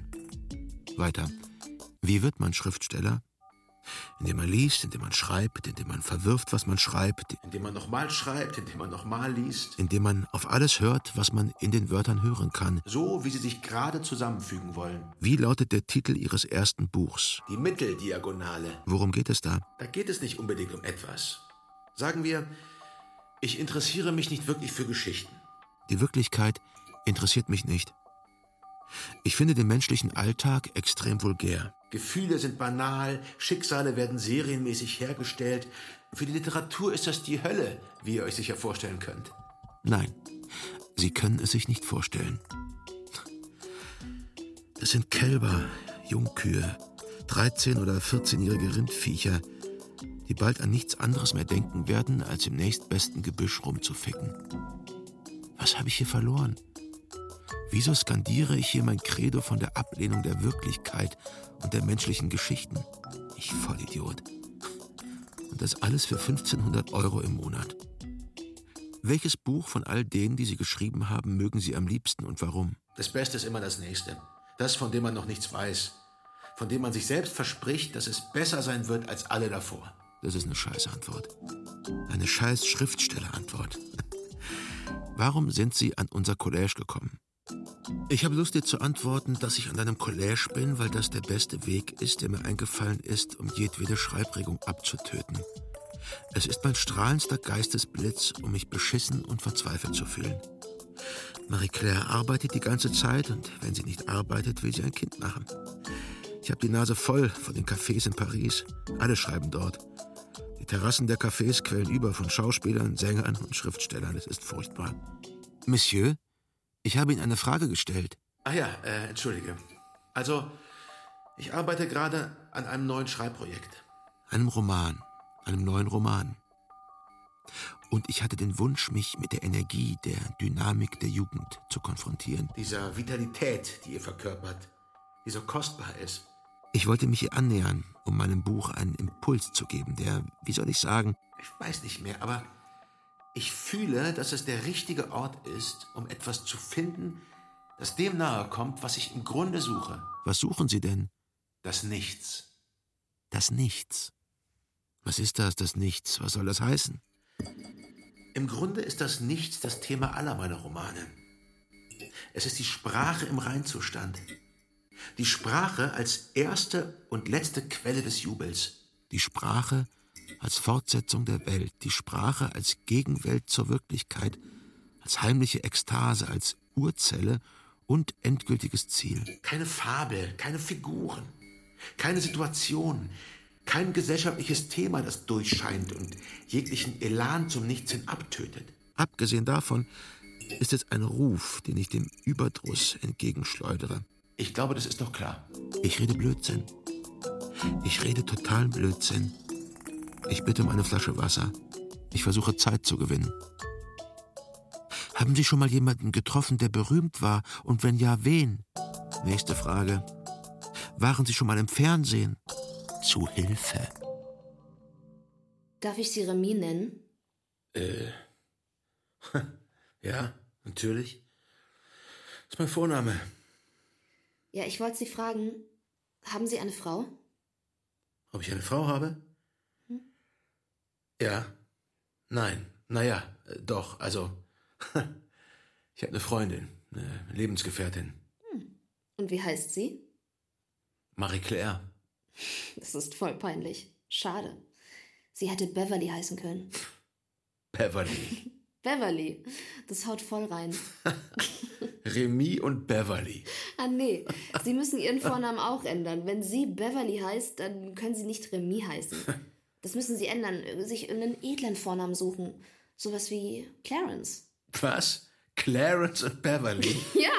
C: Weiter. Wie wird man Schriftsteller? Indem man liest, indem man schreibt, indem man verwirft, was man schreibt,
A: Indem man nochmal schreibt, indem man nochmal liest.
C: indem man auf alles hört, was man in den Wörtern hören kann.
A: So, wie sie sich gerade zusammenfügen wollen.
C: Wie lautet der Titel Ihres ersten Buchs?
A: Die Mitteldiagonale.
C: Worum geht es da?
A: Da geht es nicht unbedingt um etwas. Sagen wir, ich interessiere mich nicht wirklich für Geschichten.
C: Die Wirklichkeit interessiert mich nicht. Ich finde den menschlichen Alltag extrem vulgär.
A: Gefühle sind banal, Schicksale werden serienmäßig hergestellt. Für die Literatur ist das die Hölle, wie ihr euch sicher vorstellen könnt.
C: Nein, Sie können es sich nicht vorstellen. Das sind Kälber, Jungkühe, 13- oder 14-jährige Rindviecher, die bald an nichts anderes mehr denken werden, als im nächstbesten Gebüsch rumzuficken. Was habe ich hier verloren? Wieso skandiere ich hier mein Credo von der Ablehnung der Wirklichkeit und der menschlichen Geschichten? Ich Vollidiot. Und das alles für 1500 Euro im Monat. Welches Buch von all denen, die Sie geschrieben haben, mögen Sie am liebsten und warum?
A: Das Beste ist immer das Nächste. Das, von dem man noch nichts weiß. von dem man sich selbst verspricht, dass es besser sein wird als alle davor.
C: Das ist eine scheiß Antwort. Eine scheiß Schriftstellerantwort. Warum sind Sie an unser College gekommen? Ich habe Lust, dir zu antworten, dass ich an deinem College bin, weil das der beste Weg ist, der mir eingefallen ist, um jedwede Schreibregung abzutöten. Es ist mein strahlendster Geistesblitz, um mich beschissen und verzweifelt zu fühlen. Marie-Claire arbeitet die ganze Zeit und wenn sie nicht arbeitet, will sie ein Kind machen. Ich habe die Nase voll von den Cafés in Paris. Alle schreiben dort. Die Terrassen der Cafés quellen über von Schauspielern, Sängern und Schriftstellern. Es ist furchtbar. Monsieur, ich habe Ihnen eine Frage gestellt.
A: Ach ja, äh, entschuldige. Also, ich arbeite gerade an einem neuen Schreibprojekt.
C: Einem Roman. Einem neuen Roman. Und ich hatte den Wunsch, mich mit der Energie, der Dynamik der Jugend zu konfrontieren.
A: Dieser Vitalität, die ihr verkörpert, die so kostbar ist.
C: Ich wollte mich ihr annähern, um meinem Buch einen Impuls zu geben, der, wie soll ich sagen,
A: Ich weiß nicht mehr, aber ich fühle, dass es der richtige Ort ist, um etwas zu finden, das dem nahe kommt, was ich im Grunde suche.
C: was suchen Sie denn?
A: Das Nichts.
C: Das Nichts. Was ist das, das Nichts? Was soll das heißen?
A: Im Grunde ist das Nichts das Thema aller meiner Romane. Es ist die Sprache im Reinzustand. Die Sprache als erste und letzte Quelle des Jubels.
C: Die Sprache als Fortsetzung der Welt, die Sprache als Gegenwelt zur Wirklichkeit, als heimliche Ekstase, als Urzelle und endgültiges Ziel.
A: Keine Fabel, keine Figuren, keine Situationen, kein gesellschaftliches Thema, das durchscheint und jeglichen Elan zum Nichts hin abtötet.
C: Abgesehen davon ist es ein Ruf, den ich dem Überdruss entgegenschleudere.
A: Ich glaube, das ist doch klar.
C: Ich rede Blödsinn. Ich rede total Blödsinn. Ich bitte um eine Flasche Wasser. Ich versuche Zeit zu gewinnen. Haben Sie schon mal jemanden getroffen, der berühmt war? Und wenn ja, wen? Nächste Frage. Waren Sie schon mal im Fernsehen? Zu Hilfe.
B: Darf ich Sie Remy nennen?
A: Äh. Ja, natürlich. Das ist mein Vorname.
B: Ja, ich wollte Sie fragen, haben Sie eine Frau?
A: Ob ich eine Frau habe? Ja. Nein. Naja, äh, doch. Also, ich habe eine Freundin, eine Lebensgefährtin.
B: Und wie heißt sie?
A: Marie Claire.
B: Das ist voll peinlich. Schade. Sie hätte Beverly heißen können.
A: Beverly.
B: Beverly. Das haut voll rein.
A: Remy und Beverly.
B: Ah, nee. Sie müssen Ihren Vornamen auch ändern. Wenn sie Beverly heißt, dann können Sie nicht Remy heißen. Das müssen Sie ändern. Sich einen edlen Vornamen suchen. Sowas wie Clarence.
A: Was? Clarence und Beverly.
B: Ja.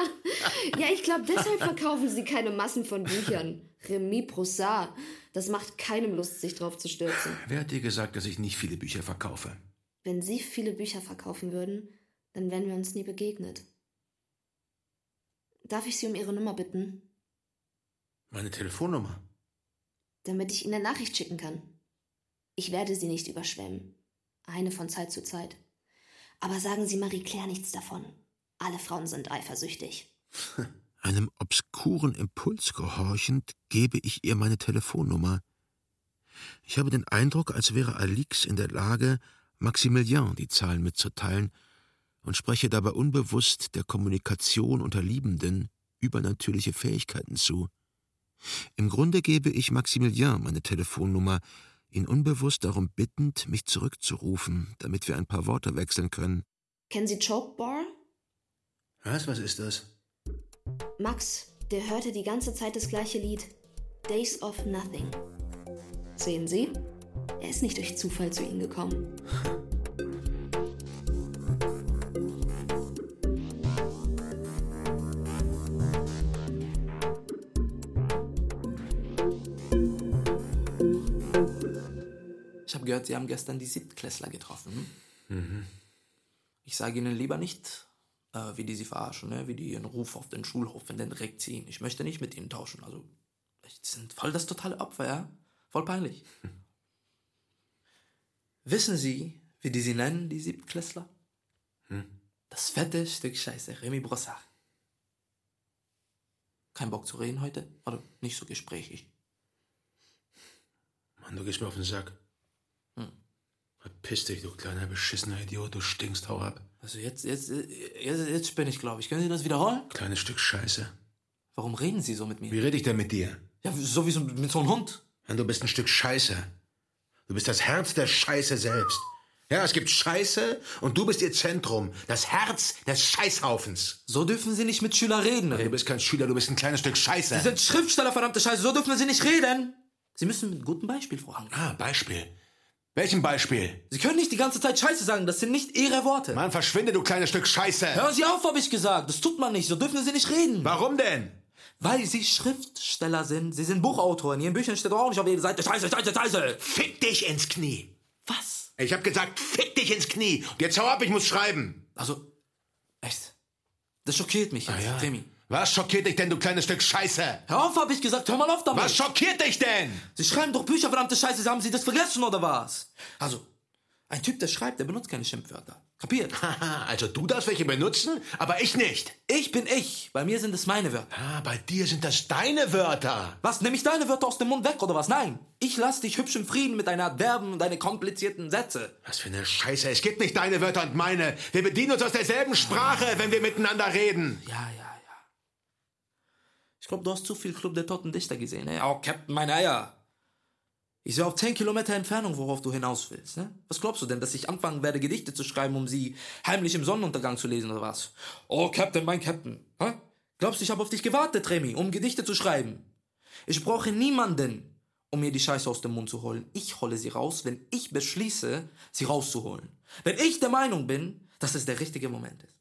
B: Ja, ich glaube, deshalb verkaufen Sie keine Massen von Büchern. Remy Broussard. Das macht keinem Lust, sich drauf zu stürzen.
A: Wer hat dir gesagt, dass ich nicht viele Bücher verkaufe?
B: Wenn Sie viele Bücher verkaufen würden, dann wären wir uns nie begegnet. Darf ich Sie um Ihre Nummer bitten,
A: Meine Telefonnummer.
B: damit ich Ihnen eine Nachricht schicken kann? Ich werde Sie nicht überschwemmen. Eine von Zeit zu Zeit. Aber sagen Sie Marie-Claire nichts davon. Alle Frauen sind eifersüchtig.
C: Einem obskuren Impuls gehorchend gebe ich ihr meine Telefonnummer. Ich habe den Eindruck, als wäre Alix in der Lage, Maximilian die Zahlen mitzuteilen und spreche dabei unbewusst der Kommunikation unter Liebenden übernatürliche Fähigkeiten zu. Im Grunde gebe ich Maximilian meine Telefonnummer, ihn unbewusst darum bittend, mich zurückzurufen, damit wir ein paar Worte wechseln können.
B: Kennen Sie Choke Bar?
A: Was? Was ist das?
B: Max, der hörte die ganze Zeit das gleiche Lied. Days of Nothing. Sehen Sie? Er ist nicht durch Zufall zu Ihnen gekommen.
E: Ich habe gehört, Sie haben gestern die Siebtklässler getroffen. Mhm. Ich sage Ihnen lieber nicht, äh, wie die Sie verarschen, ne? wie die Ihren Ruf auf den Schulhof in den Dreck ziehen. Ich möchte nicht mit Ihnen tauschen. Also, ich sind voll das totale Opfer, ja? Voll peinlich. Wissen Sie, wie die Sie nennen, die Siebtklässler? Das fette Stück Scheiße, Remy Brossard. Kein Bock zu reden heute? Oder nicht so gesprächig?
A: Mann, du gehst mir auf den Sack.
E: Hm.
A: Verpiss dich, du kleiner beschissener Idiot, du stinkst, hau ab.
E: Also jetzt, jetzt, jetzt, jetzt spinne ich, glaube ich. Können Sie das wiederholen?
A: Kleines Stück Scheiße.
E: Warum reden Sie so mit mir?
A: Wie rede ich denn mit dir?
E: Ja, so wie so, mit so einem Hund.
A: Mann, du bist ein Stück Scheiße. Du bist das Herz der Scheiße selbst. Ja, es gibt Scheiße und du bist ihr Zentrum, das Herz des Scheißhaufens.
E: So dürfen Sie nicht mit Schülern reden.
A: Du bist kein Schüler, du bist ein kleines Stück Scheiße.
E: Sie sind Schriftsteller, verdammte Scheiße. So dürfen Sie nicht reden. Sie müssen mit gutem Beispiel voran.
A: ah, Beispiel. Welchem Beispiel?
E: Sie können nicht die ganze Zeit Scheiße sagen. Das sind nicht Ihre Worte.
A: Mann, verschwinde, du kleines Stück Scheiße.
E: Hören Sie auf, habe ich gesagt. Das tut man nicht. So dürfen Sie nicht reden.
A: Warum denn?
E: Weil Sie Schriftsteller sind. Sie sind Buchautor. In Ihren Büchern steht doch auch nicht auf jeder Seite Scheiße, Scheiße, Scheiße.
A: Fick dich ins Knie.
E: Was?
A: Ich hab gesagt, fick dich ins Knie. Und jetzt hau ab, ich muss schreiben.
E: Also, echt. Das schockiert mich
C: Ah
E: jetzt, Remy.
A: Ah, Was schockiert dich denn, du kleines Stück Scheiße?
E: Hör auf, habe ich gesagt. Hör mal auf damit.
A: Was schockiert dich denn?
E: Sie schreiben doch Bücher, verdammte Scheiße. Haben Sie das vergessen oder was? Also, ein Typ, der schreibt, der benutzt keine Schimpfwörter. Kapiert?
A: Haha, also du darfst welche benutzen, aber ich nicht.
E: Ich bin ich. Bei mir sind es meine Wörter.
A: Ah, bei dir sind das deine Wörter.
E: Was, nehme ich deine Wörter aus dem Mund weg oder was? Nein. Ich lasse dich hübsch im Frieden mit deinen Adverben und deinen komplizierten Sätze.
A: Was für eine Scheiße. Es gibt nicht deine Wörter und meine. Wir bedienen uns aus derselben Sprache, wenn wir miteinander reden.
E: Ja, ja, ja. Ich glaube, du hast zu viel Club der Toten Dichter gesehen, ne? Oh, Captain, meine Eier. Ich sehe auf 10 Kilometer Entfernung, worauf du hinaus willst, ne? Was glaubst du denn, dass ich anfangen werde, Gedichte zu schreiben, um sie heimlich im Sonnenuntergang zu lesen oder was? Oh, Captain, mein Captain, hä? Glaubst du, ich habe auf dich gewartet, Remy, um Gedichte zu schreiben? Ich brauche niemanden, um mir die Scheiße aus dem Mund zu holen. Ich hole sie raus, wenn ich beschließe, sie rauszuholen. Wenn ich der Meinung bin, dass es der richtige Moment ist.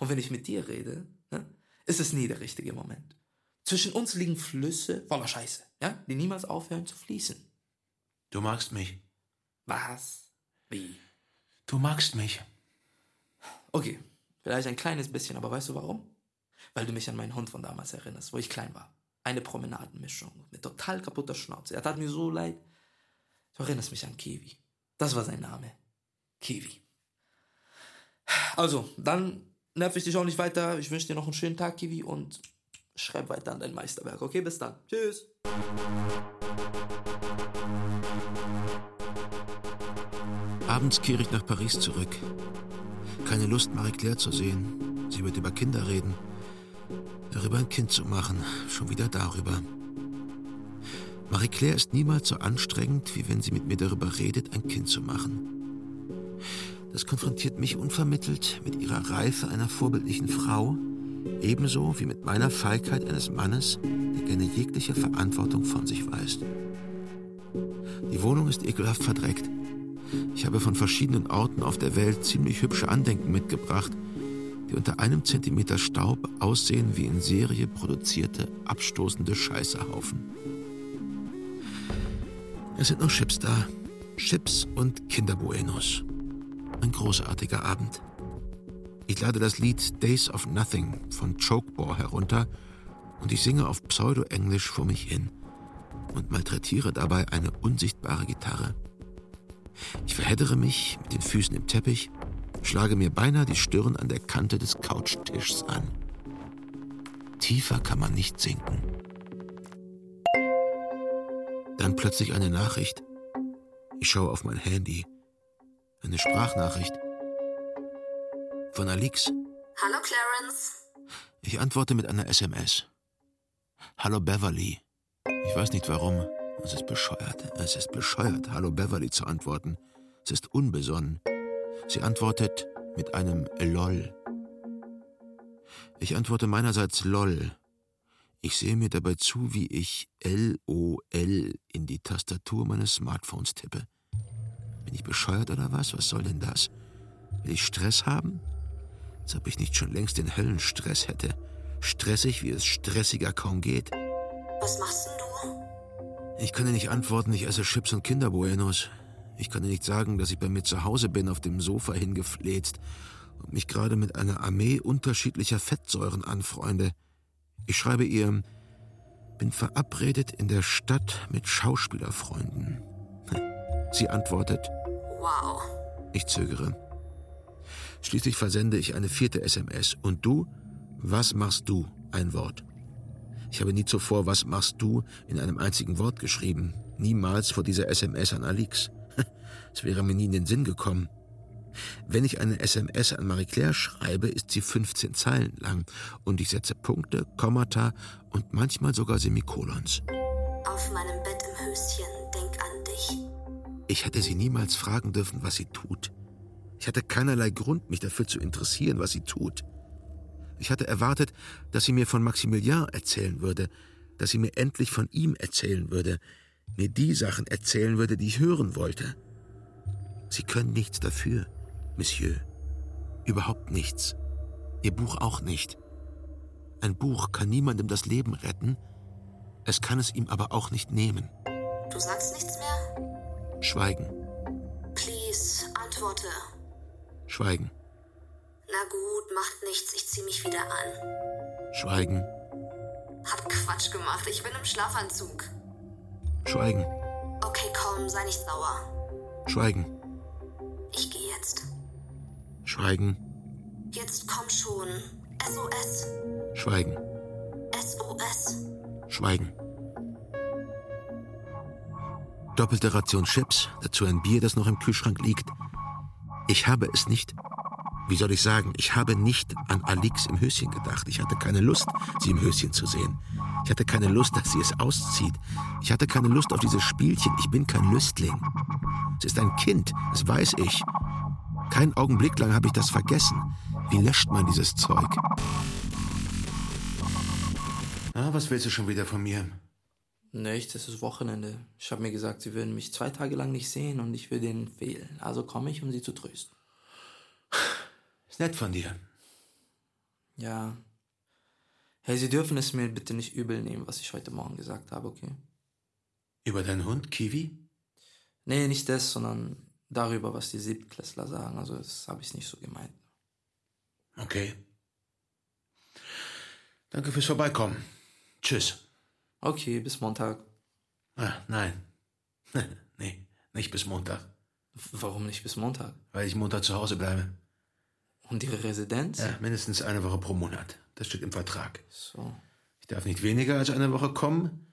E: Und wenn ich mit dir rede, ne, ist es nie der richtige Moment. Zwischen uns liegen Flüsse voller Scheiße, ja, die niemals aufhören zu fließen.
A: Du magst mich.
E: Was? Wie?
A: Du magst mich.
E: Okay, vielleicht ein kleines bisschen, aber weißt du warum? Weil du mich an meinen Hund von damals erinnerst, wo ich klein war. Eine Promenadenmischung mit total kaputter Schnauze. Er tat mir so leid. Du erinnerst mich an Kiwi. Das war sein Name. Kiwi. Also, dann nerv ich dich auch nicht weiter. Ich wünsche dir noch einen schönen Tag, Kiwi, und schreib weiter an dein Meisterwerk. Okay, bis dann. Tschüss.
C: Abends kehre ich nach Paris zurück. Keine Lust, Marie Claire zu sehen. Sie wird über Kinder reden. Darüber ein Kind zu machen. Schon wieder darüber. Marie Claire ist niemals so anstrengend, wie wenn sie mit mir darüber redet, ein Kind zu machen. Das konfrontiert mich unvermittelt mit ihrer Reife einer vorbildlichen Frau, ebenso wie mit meiner Feigheit eines Mannes, der gerne jegliche Verantwortung von sich weist. Die Wohnung ist ekelhaft verdreckt. Ich habe von verschiedenen Orten auf der Welt ziemlich hübsche Andenken mitgebracht, die unter einem Zentimeter Staub aussehen wie in Serie produzierte, abstoßende Scheißehaufen. Es sind noch Chips da. Chips und Kinderbuenos. Ein großartiger Abend. Ich lade das Lied Days of Nothing von Chokebore herunter und ich singe auf Pseudo-Englisch vor mich hin und malträtiere dabei eine unsichtbare Gitarre. Ich verheddere mich mit den Füßen im Teppich, schlage mir beinahe die Stirn an der Kante des Couchtischs an. Tiefer kann man nicht sinken. Dann plötzlich eine Nachricht. Ich schaue auf mein Handy. Eine Sprachnachricht. Von Alix.
I: Hallo Clarence.
C: Ich antworte mit einer SMS. Hallo Beverly. Ich weiß nicht warum. Es ist bescheuert. Es ist bescheuert, Hallo Beverly zu antworten. Es ist unbesonnen. Sie antwortet mit einem LOL. Ich antworte meinerseits LOL. Ich sehe mir dabei zu, wie ich LOL in die Tastatur meines Smartphones tippe. Bin ich bescheuert oder was? Was soll denn das? Will ich Stress haben? Als ob ich nicht schon längst den Höllenstress hätte. Stressig, wie es stressiger kaum geht.
I: Was machst denn du?
C: Ich kann ihr nicht antworten, ich esse Chips und Kinderbuenos. Ich kann ihr nicht sagen, dass ich bei mir zu Hause bin, auf dem Sofa hingefläzt und mich gerade mit einer Armee unterschiedlicher Fettsäuren anfreunde. Ich schreibe ihr, bin verabredet in der Stadt mit Schauspielerfreunden. Sie antwortet,
I: Wow.
C: ich zögere. Schließlich versende ich eine vierte SMS. Und du? Was machst du? Ein Wort. Ich habe nie zuvor Was machst du in einem einzigen Wort geschrieben. Niemals vor dieser SMS an Alix. Es wäre mir nie in den Sinn gekommen. Wenn ich eine SMS an Marie-Claire schreibe, ist sie 15 Zeilen lang und ich setze Punkte, Kommata und manchmal sogar Semikolons.
I: Auf meinem Bett im Höschen, denk an dich.
C: Ich hätte sie niemals fragen dürfen, was sie tut. Ich hatte keinerlei Grund, mich dafür zu interessieren, was sie tut. Ich hatte erwartet, dass sie mir von Maximilian erzählen würde, dass sie mir endlich von ihm erzählen würde, mir die Sachen erzählen würde, die ich hören wollte. Sie können nichts dafür, Monsieur. Überhaupt nichts. Ihr Buch auch nicht. Ein Buch kann niemandem das Leben retten, es kann es ihm aber auch nicht nehmen.
I: Du sagst nichts mehr?
C: Schweigen,
I: Please, antworte.
C: schweigen,
I: Na gut, macht nichts, ich zieh mich wieder an.
C: schweigen,
I: Hab Quatsch gemacht, ich bin im Schlafanzug.
C: schweigen,
I: Okay, komm, sei nicht sauer.
C: schweigen,
I: Ich geh jetzt.
C: schweigen,
I: Jetzt komm schon. SOS.
C: schweigen,
I: SOS.
C: schweigen. Doppelte Ration Chips, dazu ein Bier, das noch im Kühlschrank liegt. Ich habe es nicht. Wie soll ich sagen, ich habe nicht an Alix im Höschen gedacht. Ich hatte keine Lust, sie im Höschen zu sehen. Ich hatte keine Lust, dass sie es auszieht. Ich hatte keine Lust auf dieses Spielchen. Ich bin kein Lüstling. Es ist ein Kind, das weiß ich. Keinen Augenblick lang habe ich das vergessen. Wie löscht man dieses Zeug?
A: Ah, was willst du schon wieder von mir?
E: Nichts, es ist Wochenende. Ich habe mir gesagt, sie würden mich zwei Tage lang nicht sehen und ich würde ihnen fehlen. Also komme ich, um sie zu trösten.
A: Ist nett von dir.
E: Ja. Hey, Sie dürfen es mir bitte nicht übel nehmen, was ich heute Morgen gesagt habe, okay?
A: Über deinen Hund, Kiwi?
E: Nee, nicht das, sondern darüber, was die Siebtklässler sagen. Also das habe ich nicht so gemeint.
A: Okay. Danke fürs Vorbeikommen. Tschüss.
E: Okay, bis Montag.
A: Ah, nein. nee, nicht bis Montag,
E: W- Warum nicht bis Montag?
A: weil ich Montag zu Hause bleibe.
E: Und Ihre Residenz?
A: Ja, mindestens eine Woche pro Monat. Das steht im Vertrag.
E: So.
A: Ich darf nicht weniger als eine Woche kommen,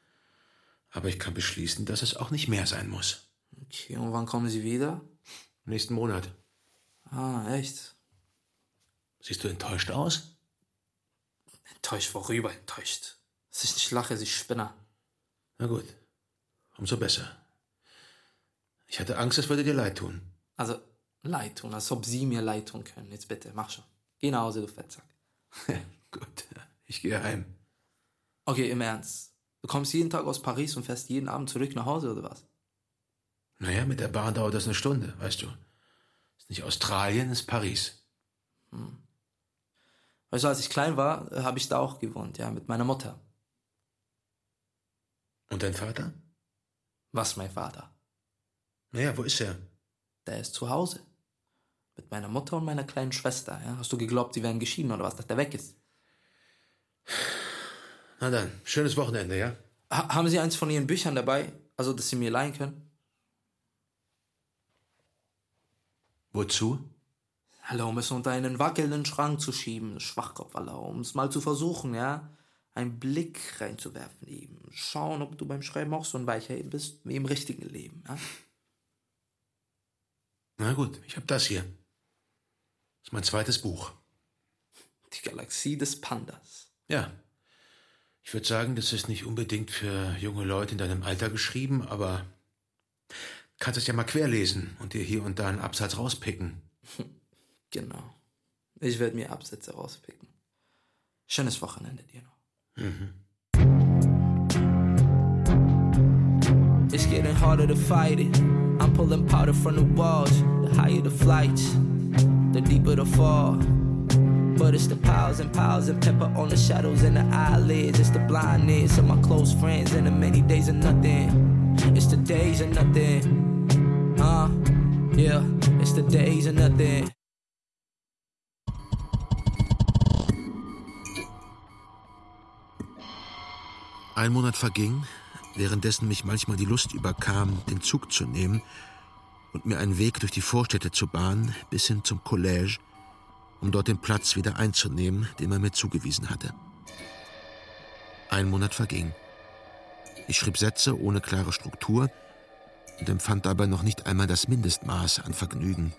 A: aber ich kann beschließen, dass es auch nicht mehr sein muss.
E: Okay, und wann kommen Sie wieder?
A: Nächsten Monat.
E: Ah, echt?
A: Siehst du enttäuscht aus?
E: Enttäuscht, worüber enttäuscht? Es ist nicht lache, Sie Spinner.
A: Na gut. Umso besser. Ich hatte Angst, es würde dir leid tun.
E: Also, leid tun, als ob Sie mir leid tun können. Jetzt bitte, mach schon. Geh nach Hause, du Fettsack.
A: gut, ich gehe heim.
E: Okay, im Ernst. Du kommst jeden Tag aus Paris und fährst jeden Abend zurück nach Hause, oder was?
A: Naja, mit der Bahn dauert das eine Stunde, weißt du. Ist nicht Australien, ist Paris.
E: Weißt du, als ich klein war, äh, habe ich da auch gewohnt, ja, mit meiner Mutter.
A: Und dein Vater?
E: Was, mein Vater?
A: Naja, wo ist er?
E: Der ist zu Hause. Mit meiner Mutter und meiner kleinen Schwester, ja. Hast du geglaubt, sie wären geschieden, oder was, dass der weg ist?
A: Na dann, schönes Wochenende, ja?
E: Ha haben Sie eins von Ihren Büchern dabei? Also, dass Sie mir leihen können?
A: Wozu?
E: Hallo, um es unter einen wackelnden Schrank zu schieben, Schwachkopf, hallo, um es mal zu versuchen, ja? Einen Blick reinzuwerfen eben. Schauen, ob du beim Schreiben auch so ein Weicher bist, wie im richtigen Leben, ja?
A: Na gut, ich hab das hier. ist mein zweites Buch.
E: Die Galaxie des Pandas.
A: Ja. Ich würde sagen, das ist nicht unbedingt für junge Leute in deinem Alter geschrieben, aber kannst es ja mal querlesen und dir hier und da einen Absatz rauspicken.
E: Genau. Ich werde mir Absätze rauspicken. Schönes Wochenende dir noch. It's getting harder to fight it. I'm pulling powder from the walls. The higher the flights, the deeper the fall. But it's the piles and piles and pepper on the shadows and the eyelids. It's the blindness of my close friends and the many days of nothing. It's the days of nothing. Uh, yeah, it's the days of nothing.
C: Ein Monat verging, währenddessen mich manchmal die Lust überkam, den Zug zu nehmen und mir einen Weg durch die Vorstädte zu bahnen bis hin zum Collège, um dort den Platz wieder einzunehmen, den man mir zugewiesen hatte. Ein Monat verging. Ich schrieb Sätze ohne klare Struktur und empfand dabei noch nicht einmal das Mindestmaß an Vergnügen.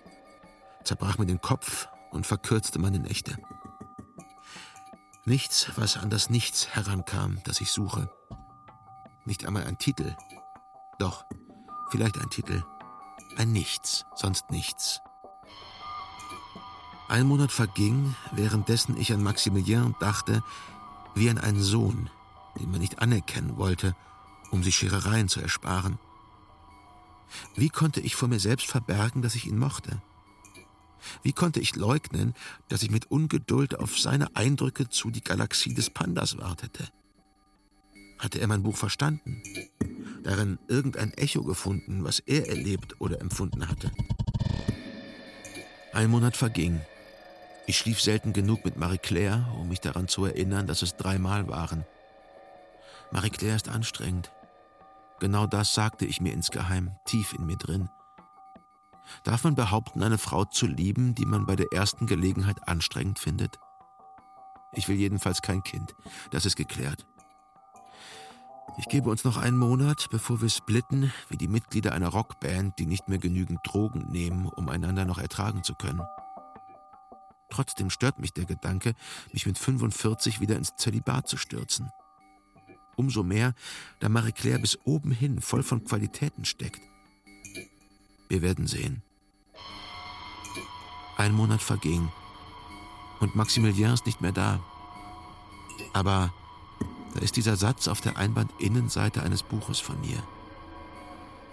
C: Zerbrach mir den Kopf und verkürzte meine Nächte. Nichts, was an das Nichts herankam, das ich suche. Nicht einmal ein Titel. Doch, vielleicht ein Titel. Ein Nichts, sonst nichts. Ein Monat verging, währenddessen ich an Maximilien dachte, wie an einen Sohn, den man nicht anerkennen wollte, um sich Scherereien zu ersparen. Wie konnte ich vor mir selbst verbergen, dass ich ihn mochte? Wie konnte ich leugnen, dass ich mit Ungeduld auf seine Eindrücke zu die Galaxie des Pandas wartete? Hatte er mein Buch verstanden? Darin irgendein Echo gefunden, was er erlebt oder empfunden hatte? Ein Monat verging. Ich schlief selten genug mit Marie-Claire, um mich daran zu erinnern, dass es dreimal waren. Marie-Claire ist anstrengend. Genau das sagte ich mir insgeheim, tief in mir drin. Darf man behaupten, eine Frau zu lieben, die man bei der ersten Gelegenheit anstrengend findet? Ich will jedenfalls kein Kind. Das ist geklärt. Ich gebe uns noch einen Monat, bevor wir splitten, wie die Mitglieder einer Rockband, die nicht mehr genügend Drogen nehmen, um einander noch ertragen zu können. Trotzdem stört mich der Gedanke, mich mit 45 wieder ins Zölibat zu stürzen. Umso mehr, da Marie-Claire bis oben hin voll von Qualitäten steckt. Wir werden sehen. Ein Monat verging und Maximilien ist nicht mehr da. Aber da ist dieser Satz auf der Einbandinnenseite eines Buches von mir.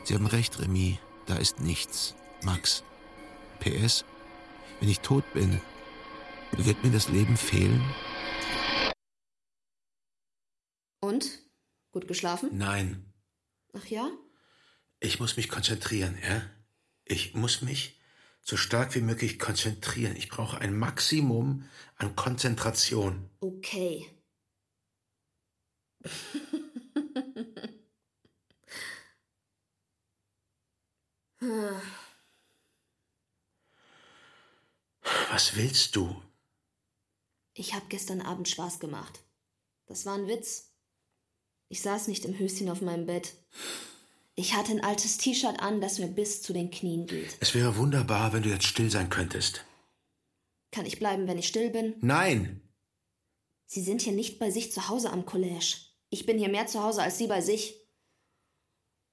C: Sie haben recht, Remy, da ist nichts. Max. PS, wenn ich tot bin, wird mir das Leben fehlen?
B: Und? Gut geschlafen?
A: Nein,
B: Ach ja?
A: Ich muss mich konzentrieren, ja? Ich muss mich so stark wie möglich konzentrieren. Ich brauche ein Maximum an Konzentration.
B: Okay.
A: Was willst du?
B: Ich habe gestern Abend Spaß gemacht. Das war ein Witz. Ich saß nicht im Höschen auf meinem Bett. Ich hatte ein altes T-Shirt an, das mir bis zu den Knien geht.
A: Es wäre wunderbar, wenn du jetzt still sein könntest.
B: Kann ich bleiben, wenn ich still bin?
A: Nein!
B: Sie sind hier nicht bei sich zu Hause am College. Ich bin hier mehr zu Hause als Sie bei sich.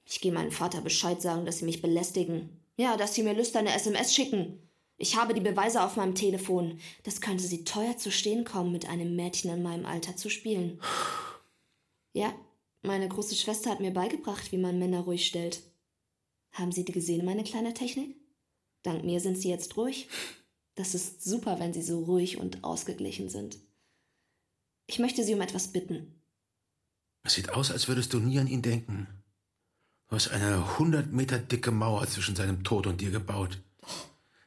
B: Ich gehe meinem Vater Bescheid sagen, dass Sie mich belästigen. Ja, dass Sie mir lüsterne SMS schicken. Ich habe die Beweise auf meinem Telefon. Das könnte Sie teuer zu stehen kommen, mit einem Mädchen in meinem Alter zu spielen. Ja, meine große Schwester hat mir beigebracht, wie man Männer ruhig stellt. Haben Sie die gesehen, meine kleine Technik? Dank mir sind Sie jetzt ruhig. Das ist super, wenn Sie so ruhig und ausgeglichen sind. Ich möchte Sie um etwas bitten.
A: Es sieht aus, als würdest du nie an ihn denken. Du hast eine hundert Meter dicke Mauer zwischen seinem Tod und dir gebaut.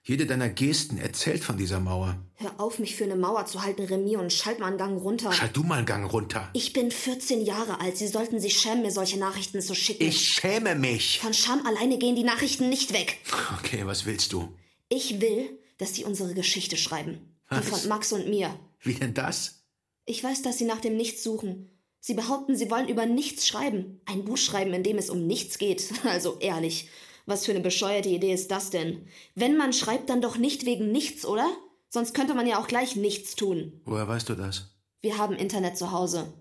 A: Jede deiner Gesten erzählt von dieser Mauer.
B: Hör auf, mich für eine Mauer zu halten, Remy, und schalt mal einen Gang runter.
A: Schalt du mal einen Gang runter.
B: ich bin 14 Jahre alt. Sie sollten sich schämen, mir solche Nachrichten zu schicken.
A: Ich schäme mich.
B: Von Scham alleine gehen die Nachrichten nicht weg.
A: Okay, was willst du?
B: Ich will, dass Sie unsere Geschichte schreiben. Die
A: Was?
B: von Max und mir.
A: Wie denn das?
B: Ich weiß, dass Sie nach dem Nichts suchen. Sie behaupten, Sie wollen über nichts schreiben. Ein Buch schreiben, in dem es um nichts geht. Also ehrlich, was für eine bescheuerte Idee ist das denn? Wenn man schreibt, dann doch nicht wegen nichts, oder? Sonst könnte man ja auch gleich nichts tun.
A: Woher weißt du das?
B: Wir haben Internet zu Hause.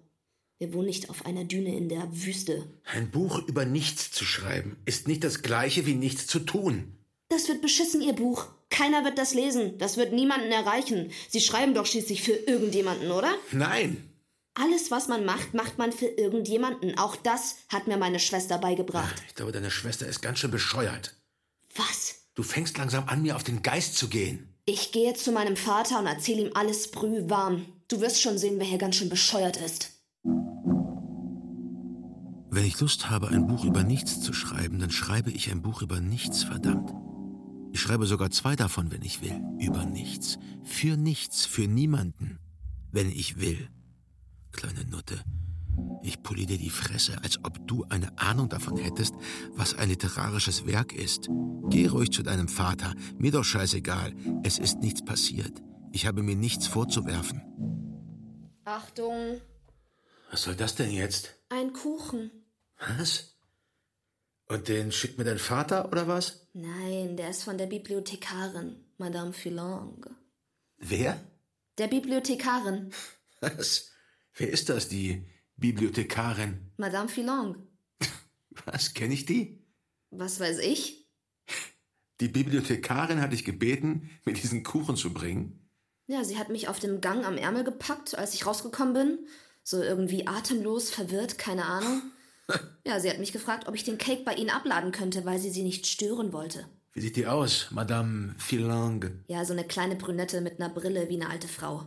B: Wir wohnen nicht auf einer Düne in der Wüste.
A: Ein Buch über nichts zu schreiben ist nicht das gleiche wie nichts zu tun.
B: Das wird beschissen, Ihr Buch. Keiner wird das lesen. Das wird niemanden erreichen. Sie schreiben doch schließlich für irgendjemanden, oder?
A: Nein!
B: Alles, was man macht, macht man für irgendjemanden. Auch das hat mir meine Schwester beigebracht.
A: Ich glaube, deine Schwester ist ganz schön bescheuert.
B: Was?
A: Du fängst langsam an, mir auf den Geist zu gehen.
B: Ich gehe zu meinem Vater und erzähle ihm alles brühwarm. Du wirst schon sehen, wer hier ganz schön bescheuert ist.
C: Wenn ich Lust habe, ein Buch über nichts zu schreiben, dann schreibe ich ein Buch über nichts, verdammt. Ich schreibe sogar zwei davon, wenn ich will. Über nichts. Für nichts. Für niemanden. Wenn ich will. Kleine Nutte. Ich poliere dir die Fresse, als ob du eine Ahnung davon hättest, was ein literarisches Werk ist. Geh ruhig zu deinem Vater. Mir doch scheißegal. Es ist nichts passiert. Ich habe mir nichts vorzuwerfen.
B: Achtung.
C: Was soll das denn jetzt?
B: Ein Kuchen.
C: Was? Und den schickt mir dein Vater oder was?
B: Nein, der ist von der Bibliothekarin, Madame Filongue.
C: Wer?
B: Der Bibliothekarin,
C: Was? Wer ist das, die Bibliothekarin?
B: Madame Filongue.
C: Was, kenne ich die?
B: Was weiß ich?
C: Die Bibliothekarin hatte ich gebeten, mir diesen Kuchen zu bringen.
B: Ja, sie hat mich auf dem Gang am Ärmel gepackt, als ich rausgekommen bin. So irgendwie atemlos, verwirrt, keine Ahnung. Ja, sie hat mich gefragt, ob ich den Cake bei ihnen abladen könnte, weil sie sie nicht stören wollte.
C: Wie sieht die aus, Madame Philange?
B: Ja, so eine kleine Brünette mit einer Brille wie eine alte Frau.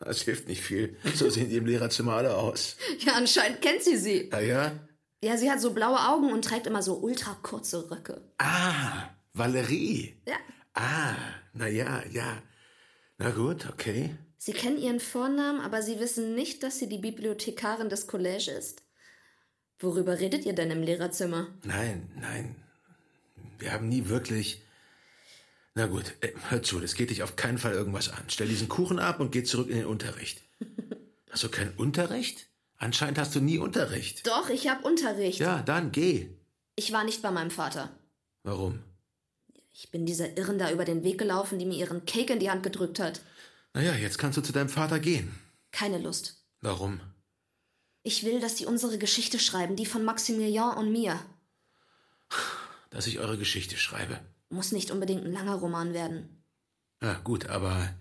C: Das hilft nicht viel. So sehen die im Lehrerzimmer alle aus.
B: Ja, anscheinend kennt sie sie.
C: Ah ja?
B: Ja, sie hat so blaue Augen und trägt immer so ultra kurze Röcke.
C: Ah, Valerie.
B: Ja.
C: Ah, na ja, ja. Na gut, okay.
B: Sie kennen ihren Vornamen, aber sie wissen nicht, dass sie die Bibliothekarin des College ist. Worüber redet ihr denn im Lehrerzimmer?
C: Nein, nein. Wir haben nie wirklich. Na gut, äh, hör zu, das geht dich auf keinen Fall irgendwas an. Stell diesen Kuchen ab und geh zurück in den Unterricht. Hast du keinen Unterricht? Anscheinend hast du nie Unterricht.
B: Doch, ich habe Unterricht.
C: Ja, dann geh.
B: Ich war nicht bei meinem Vater.
C: Warum?
B: Ich bin dieser Irren da über den Weg gelaufen, die mir ihren Cake in die Hand gedrückt hat.
C: Naja, jetzt kannst du zu deinem Vater gehen.
B: Keine Lust.
C: Warum?
B: Ich will, dass sie unsere Geschichte schreiben, die von Maximilian und mir.
C: Dass ich eure Geschichte schreibe.
B: Muss nicht unbedingt ein langer Roman werden.
C: Ja, gut, aber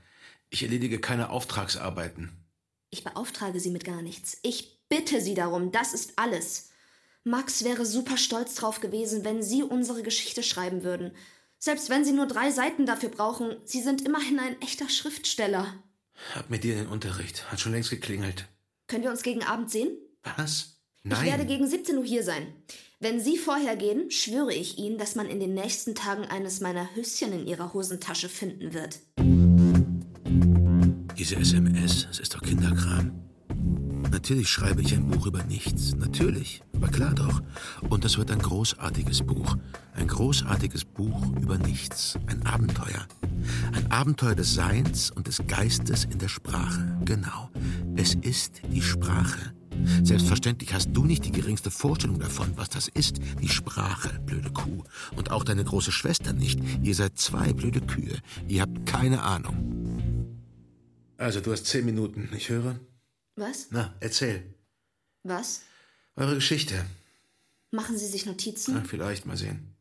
C: ich erledige keine Auftragsarbeiten.
B: Ich beauftrage sie mit gar nichts. Ich bitte sie darum, das ist alles. Max wäre super stolz drauf gewesen, wenn sie unsere Geschichte schreiben würden. Selbst wenn sie nur drei Seiten dafür brauchen, sie sind immerhin ein echter Schriftsteller.
C: Ab mit dir in den Unterricht. Hat schon längst geklingelt.
B: Können wir uns gegen Abend sehen?
C: Was?
B: Ich werde
C: Nein.
B: gegen 17 Uhr hier sein. Wenn Sie vorher gehen, schwöre ich Ihnen, dass man in den nächsten Tagen eines meiner Höschen in Ihrer Hosentasche finden wird.
J: Diese SMS, das ist doch Kinderkram. Natürlich schreibe ich ein Buch über nichts. Natürlich. Aber klar doch. Und das wird ein großartiges Buch. Ein großartiges Buch über nichts. Ein Abenteuer. Ein Abenteuer des Seins und des Geistes in der Sprache. Genau. Es ist die Sprache. Selbstverständlich hast du nicht die geringste Vorstellung davon, was das ist, die Sprache, blöde Kuh. Und auch deine große Schwester nicht. Ihr seid zwei blöde Kühe. Ihr habt keine Ahnung.
C: Also, du hast zehn Minuten. Ich höre.
B: Was?
C: Na, erzähl.
B: Was?
C: Eure Geschichte.
B: Machen Sie sich Notizen?
C: Na, vielleicht mal sehen.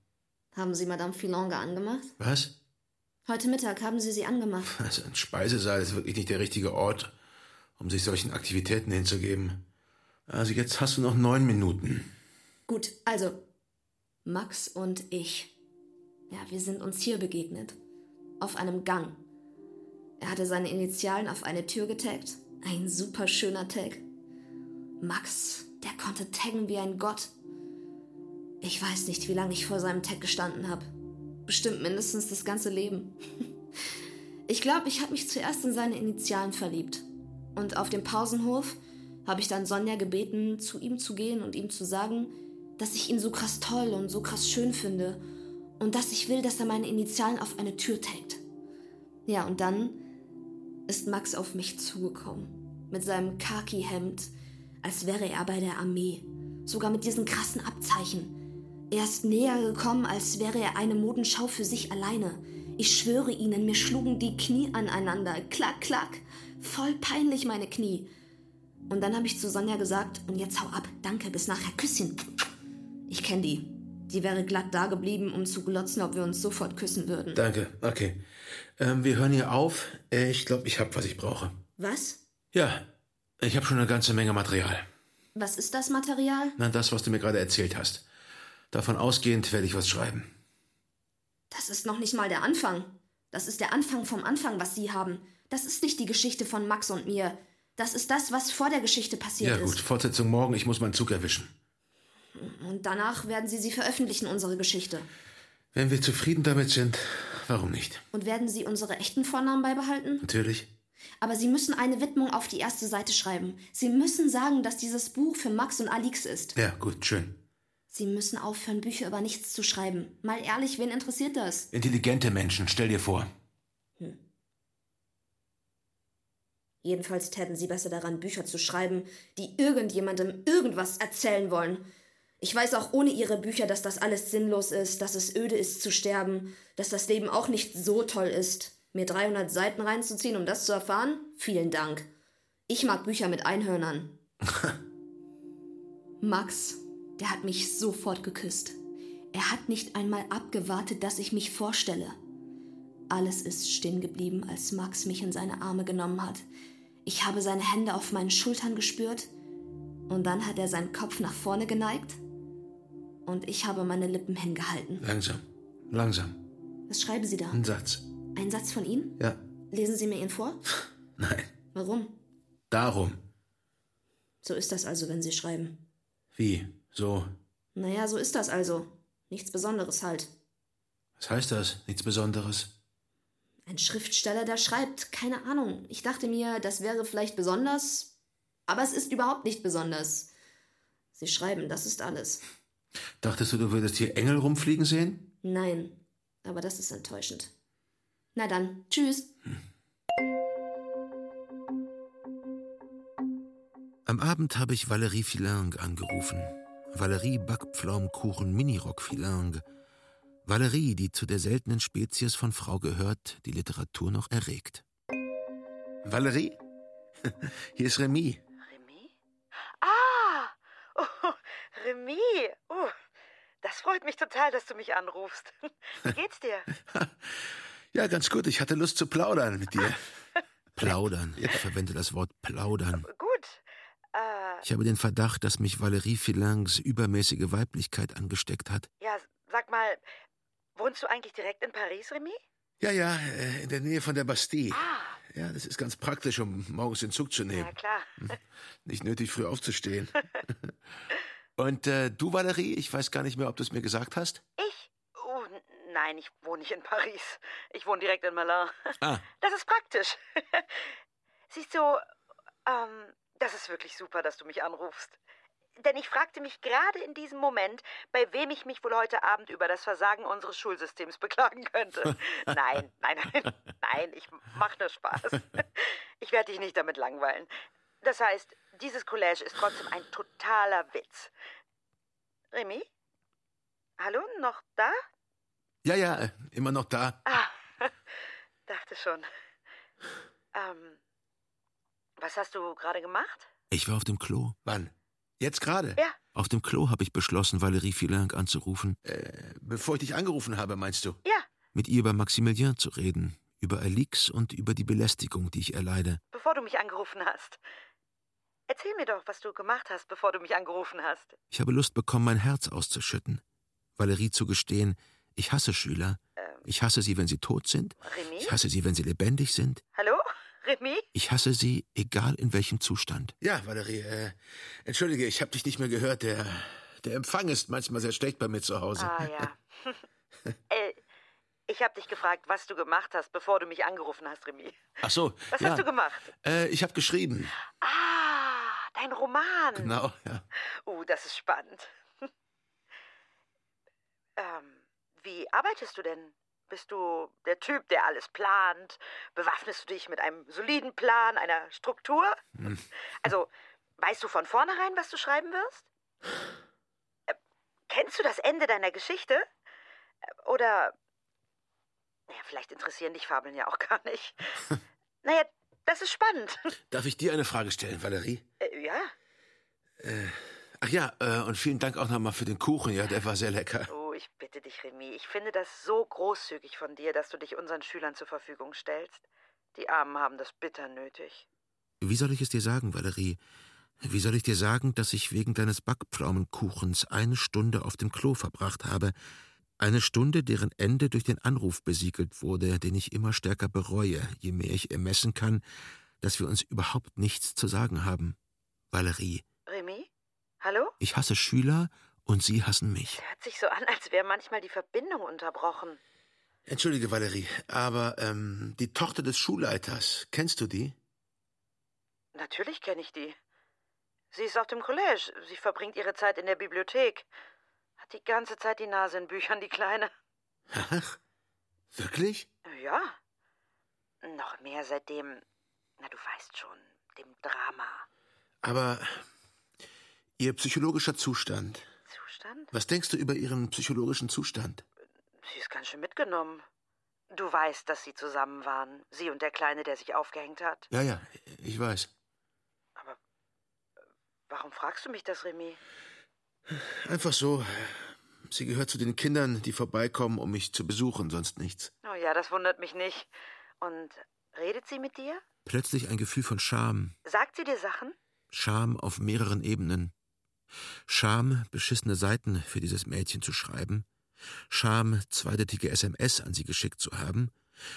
B: Haben Sie Madame Filonga angemacht?
C: Was?
B: Heute Mittag haben Sie sie angemacht.
C: Also ein Speisesaal ist wirklich nicht der richtige Ort, um sich solchen Aktivitäten hinzugeben. Also jetzt hast du noch neun Minuten.
B: Gut, also Max und ich. Ja, wir sind uns hier begegnet. Auf einem Gang. Er hatte seine Initialen auf eine Tür getaggt. Ein super schöner Tag. Max, der konnte taggen wie ein Gott. Ich weiß nicht, wie lange ich vor seinem Tag gestanden habe. Bestimmt mindestens das ganze Leben. Ich glaube, ich habe mich zuerst in seine Initialen verliebt. Und auf dem Pausenhof habe ich dann Sonja gebeten, zu ihm zu gehen und ihm zu sagen, dass ich ihn so krass toll und so krass schön finde und dass ich will, dass er meine Initialen auf eine Tür taggt. Ja, und dann ist Max auf mich zugekommen. Mit seinem Khaki-Hemd, als wäre er bei der Armee. Sogar mit diesen krassen Abzeichen. Er ist näher gekommen, als wäre er eine Modenschau für sich alleine. Ich schwöre Ihnen, mir schlugen die Knie aneinander. Klack, klack. Voll peinlich meine Knie. Und dann habe ich zu Sonja gesagt, und jetzt hau ab, danke, bis nachher, Küsschen. Ich kenne die. Die wäre glatt da geblieben, um zu glotzen, ob wir uns sofort küssen würden.
C: Danke, okay. Ähm, wir hören hier auf. Äh, Ich glaube, ich habe, was ich brauche.
B: Was?
C: Ja, ich habe schon eine ganze Menge Material.
B: Was ist das Material?
C: Na, das, was du mir gerade erzählt hast. Davon ausgehend werde ich was schreiben.
B: Das ist noch nicht mal der Anfang. Das ist der Anfang vom Anfang, was Sie haben. Das ist nicht die Geschichte von Max und mir. Das ist das, was vor der Geschichte
C: Ja
B: passiert
C: gut, Fortsetzung morgen. Ich muss meinen Zug erwischen.
B: ist. Und danach werden Sie sie veröffentlichen, unsere Geschichte.
C: Wenn wir zufrieden damit sind, warum nicht?
B: Und werden Sie unsere echten Vornamen beibehalten?
C: Natürlich.
B: Aber Sie müssen eine Widmung auf die erste Seite schreiben. Sie müssen sagen, dass dieses Buch für Max und Alix ist.
C: Ja, gut, schön.
B: Sie müssen aufhören, Bücher über nichts zu schreiben. Mal ehrlich, wen interessiert das?
C: Intelligente Menschen, stell dir vor.
B: Jedenfalls täten sie besser daran, Bücher zu schreiben, die irgendjemandem irgendwas erzählen wollen. Ich weiß auch ohne ihre Bücher, dass das alles sinnlos ist, dass es öde ist zu sterben, dass das Leben auch nicht so toll ist. Mir 300 Seiten reinzuziehen, um das zu erfahren? Vielen Dank. Ich mag Bücher mit Einhörnern. Max, der hat mich sofort geküsst. Er hat nicht einmal abgewartet, dass ich mich vorstelle. Alles ist stehen geblieben, als Max mich in seine Arme genommen hat. Ich habe seine Hände auf meinen Schultern gespürt und dann hat er seinen Kopf nach vorne geneigt und ich habe meine Lippen hingehalten.
K: Langsam. Langsam.
B: Was schreiben Sie da?
K: Ein Satz.
B: Ein Satz von Ihnen?
K: Ja.
B: Lesen Sie mir ihn vor?
K: Nein.
B: Warum?
K: Darum.
B: So ist das also, wenn Sie schreiben.
K: Wie? So.
B: Naja, so ist das also. Nichts Besonderes halt.
K: Was heißt das? Nichts Besonderes.
B: Ein Schriftsteller, der schreibt. Keine Ahnung. Ich dachte mir, das wäre vielleicht besonders, aber es ist überhaupt nicht besonders. Sie schreiben, das ist alles.
K: Dachtest du, du würdest hier Engel rumfliegen sehen?
B: Nein, aber das ist enttäuschend. Na dann, tschüss.
C: Am Abend habe ich Valérie Filangue angerufen. Valérie Backpflaumkuchen Minirock Filangue. Valérie, die zu der seltenen Spezies von Frau gehört, die Literatur noch erregt.
K: Valerie? Hier ist Remy.
L: Remy? Ah! Oh, Remy! Oh, das freut mich total, dass du mich anrufst. Wie geht's dir?
K: Ja, ganz gut. Ich hatte Lust zu plaudern mit dir.
C: Plaudern. Ich verwende das Wort plaudern.
L: Gut. Äh,
C: Ich habe den Verdacht, dass mich Valérie Filangues übermäßige Weiblichkeit angesteckt hat.
L: ja, sag mal, wohnst du eigentlich direkt in Paris, Remy?
K: Ja, ja, äh, in der Nähe von der Bastille.
L: Ah,
K: Ja, das ist ganz praktisch, um morgens den Zug zu nehmen.
L: na klar.
K: Nicht nötig, früh aufzustehen. Und äh, du, Valerie, ich weiß gar nicht mehr, ob du es mir gesagt hast.
L: Ich? Oh, n- nein, ich wohne nicht in Paris. Ich wohne direkt in Melun.
K: Ah.
L: Das ist praktisch. Siehst du, ähm, das ist wirklich super, dass du mich anrufst. Denn ich fragte mich gerade in diesem Moment, bei wem ich mich wohl heute Abend über das Versagen unseres Schulsystems beklagen könnte. Nein, nein, nein, nein, ich mache nur Spaß. Ich werde dich nicht damit langweilen. Das heißt, dieses College ist trotzdem ein totaler Witz. Remy? Hallo, noch da?
K: Ja, ja, äh, immer noch da.
L: Ah, dachte schon. Ähm, was hast du gerade gemacht?
C: Ich war auf dem Klo.
K: Wann? Jetzt gerade?
L: Ja.
C: Auf dem Klo habe ich beschlossen, Valérie Filangue anzurufen,
K: Äh, bevor ich dich angerufen habe, meinst du?
L: Ja,
C: mit ihr über Maximilien zu reden, über Alix und über die Belästigung, die ich erleide.
L: bevor du mich angerufen hast. Erzähl mir doch, was du gemacht hast, bevor du mich angerufen hast.
C: Ich habe Lust bekommen, mein Herz auszuschütten. Valérie zu gestehen, ich hasse Schüler. Ich hasse sie, wenn sie tot sind.
L: Ähm. Remy?
C: Ich hasse sie, wenn sie lebendig sind.
L: Hallo? Remy?
C: Ich hasse sie, egal in welchem Zustand.
K: Ja, Valerie, äh, entschuldige, ich habe dich nicht mehr gehört. Der, der Empfang ist manchmal sehr schlecht bei mir zu Hause.
L: Ah ja. äh, ich habe dich gefragt, was du gemacht hast, bevor du mich angerufen hast, Remy.
K: Ach so.
L: Was
K: ja.
L: hast du gemacht?
K: Äh, ich habe geschrieben.
L: Ah, dein Roman.
K: Genau, ja.
L: Uh, das ist spannend. ähm, wie arbeitest du denn? Bist du der Typ, der alles plant? Bewaffnest du dich mit einem soliden Plan, einer Struktur? Also, weißt du von vornherein, was du schreiben wirst? Äh, Kennst du das Ende deiner Geschichte? Äh, Oder. Naja, vielleicht interessieren dich Fabeln ja auch gar nicht. naja, das ist spannend.
K: Darf ich dir eine Frage stellen, Valerie?
L: äh, ja.
K: Ach ja, äh, und vielen Dank auch nochmal für den Kuchen. Ja, der war sehr lecker.
L: Oh, ich bitte dich, Remy. Ich finde das so großzügig von dir, dass du dich unseren Schülern zur Verfügung stellst. Die Armen haben das bitter nötig.
C: Wie soll ich es dir sagen, Valerie? Wie soll ich dir sagen, dass ich wegen deines Backpflaumenkuchens eine Stunde auf dem Klo verbracht habe? Eine Stunde, deren Ende durch den Anruf besiegelt wurde, den ich immer stärker bereue, je mehr ich ermessen kann, dass wir uns überhaupt nichts zu sagen haben. Valerie,
L: Remy? Hallo?
C: ich hasse Schüler und sie hassen mich.
L: Es hört sich so an, als wäre manchmal die Verbindung unterbrochen.
K: Entschuldige, Valerie, aber ähm, die Tochter des Schulleiters, kennst du die?
L: Natürlich kenne ich die. Sie ist auf dem College. Sie verbringt ihre Zeit in der Bibliothek. Hat die ganze Zeit die Nase in Büchern, die Kleine.
K: Ach, wirklich?
L: Ja. Noch mehr seitdem
K: Na, du weißt schon, dem Drama.
A: Aber Ihr psychologischer Zustand.
K: Zustand?
A: Was denkst du über Ihren psychologischen Zustand?
K: Sie ist ganz schön mitgenommen. Du weißt, dass sie zusammen waren, sie und der Kleine, der sich aufgehängt hat.
A: Ja, ja, ich weiß.
K: Aber äh, warum fragst du mich das, Remy?
A: Einfach so. Sie gehört zu den Kindern, die vorbeikommen, um mich zu besuchen, sonst nichts.
K: Oh ja, das wundert mich nicht. Und redet sie mit dir?
C: Plötzlich ein Gefühl von Scham.
K: Sagt sie dir Sachen?
C: Scham auf mehreren Ebenen. Scham, beschissene Seiten für dieses Mädchen zu schreiben. Scham, zweideutige SMS an sie geschickt zu haben.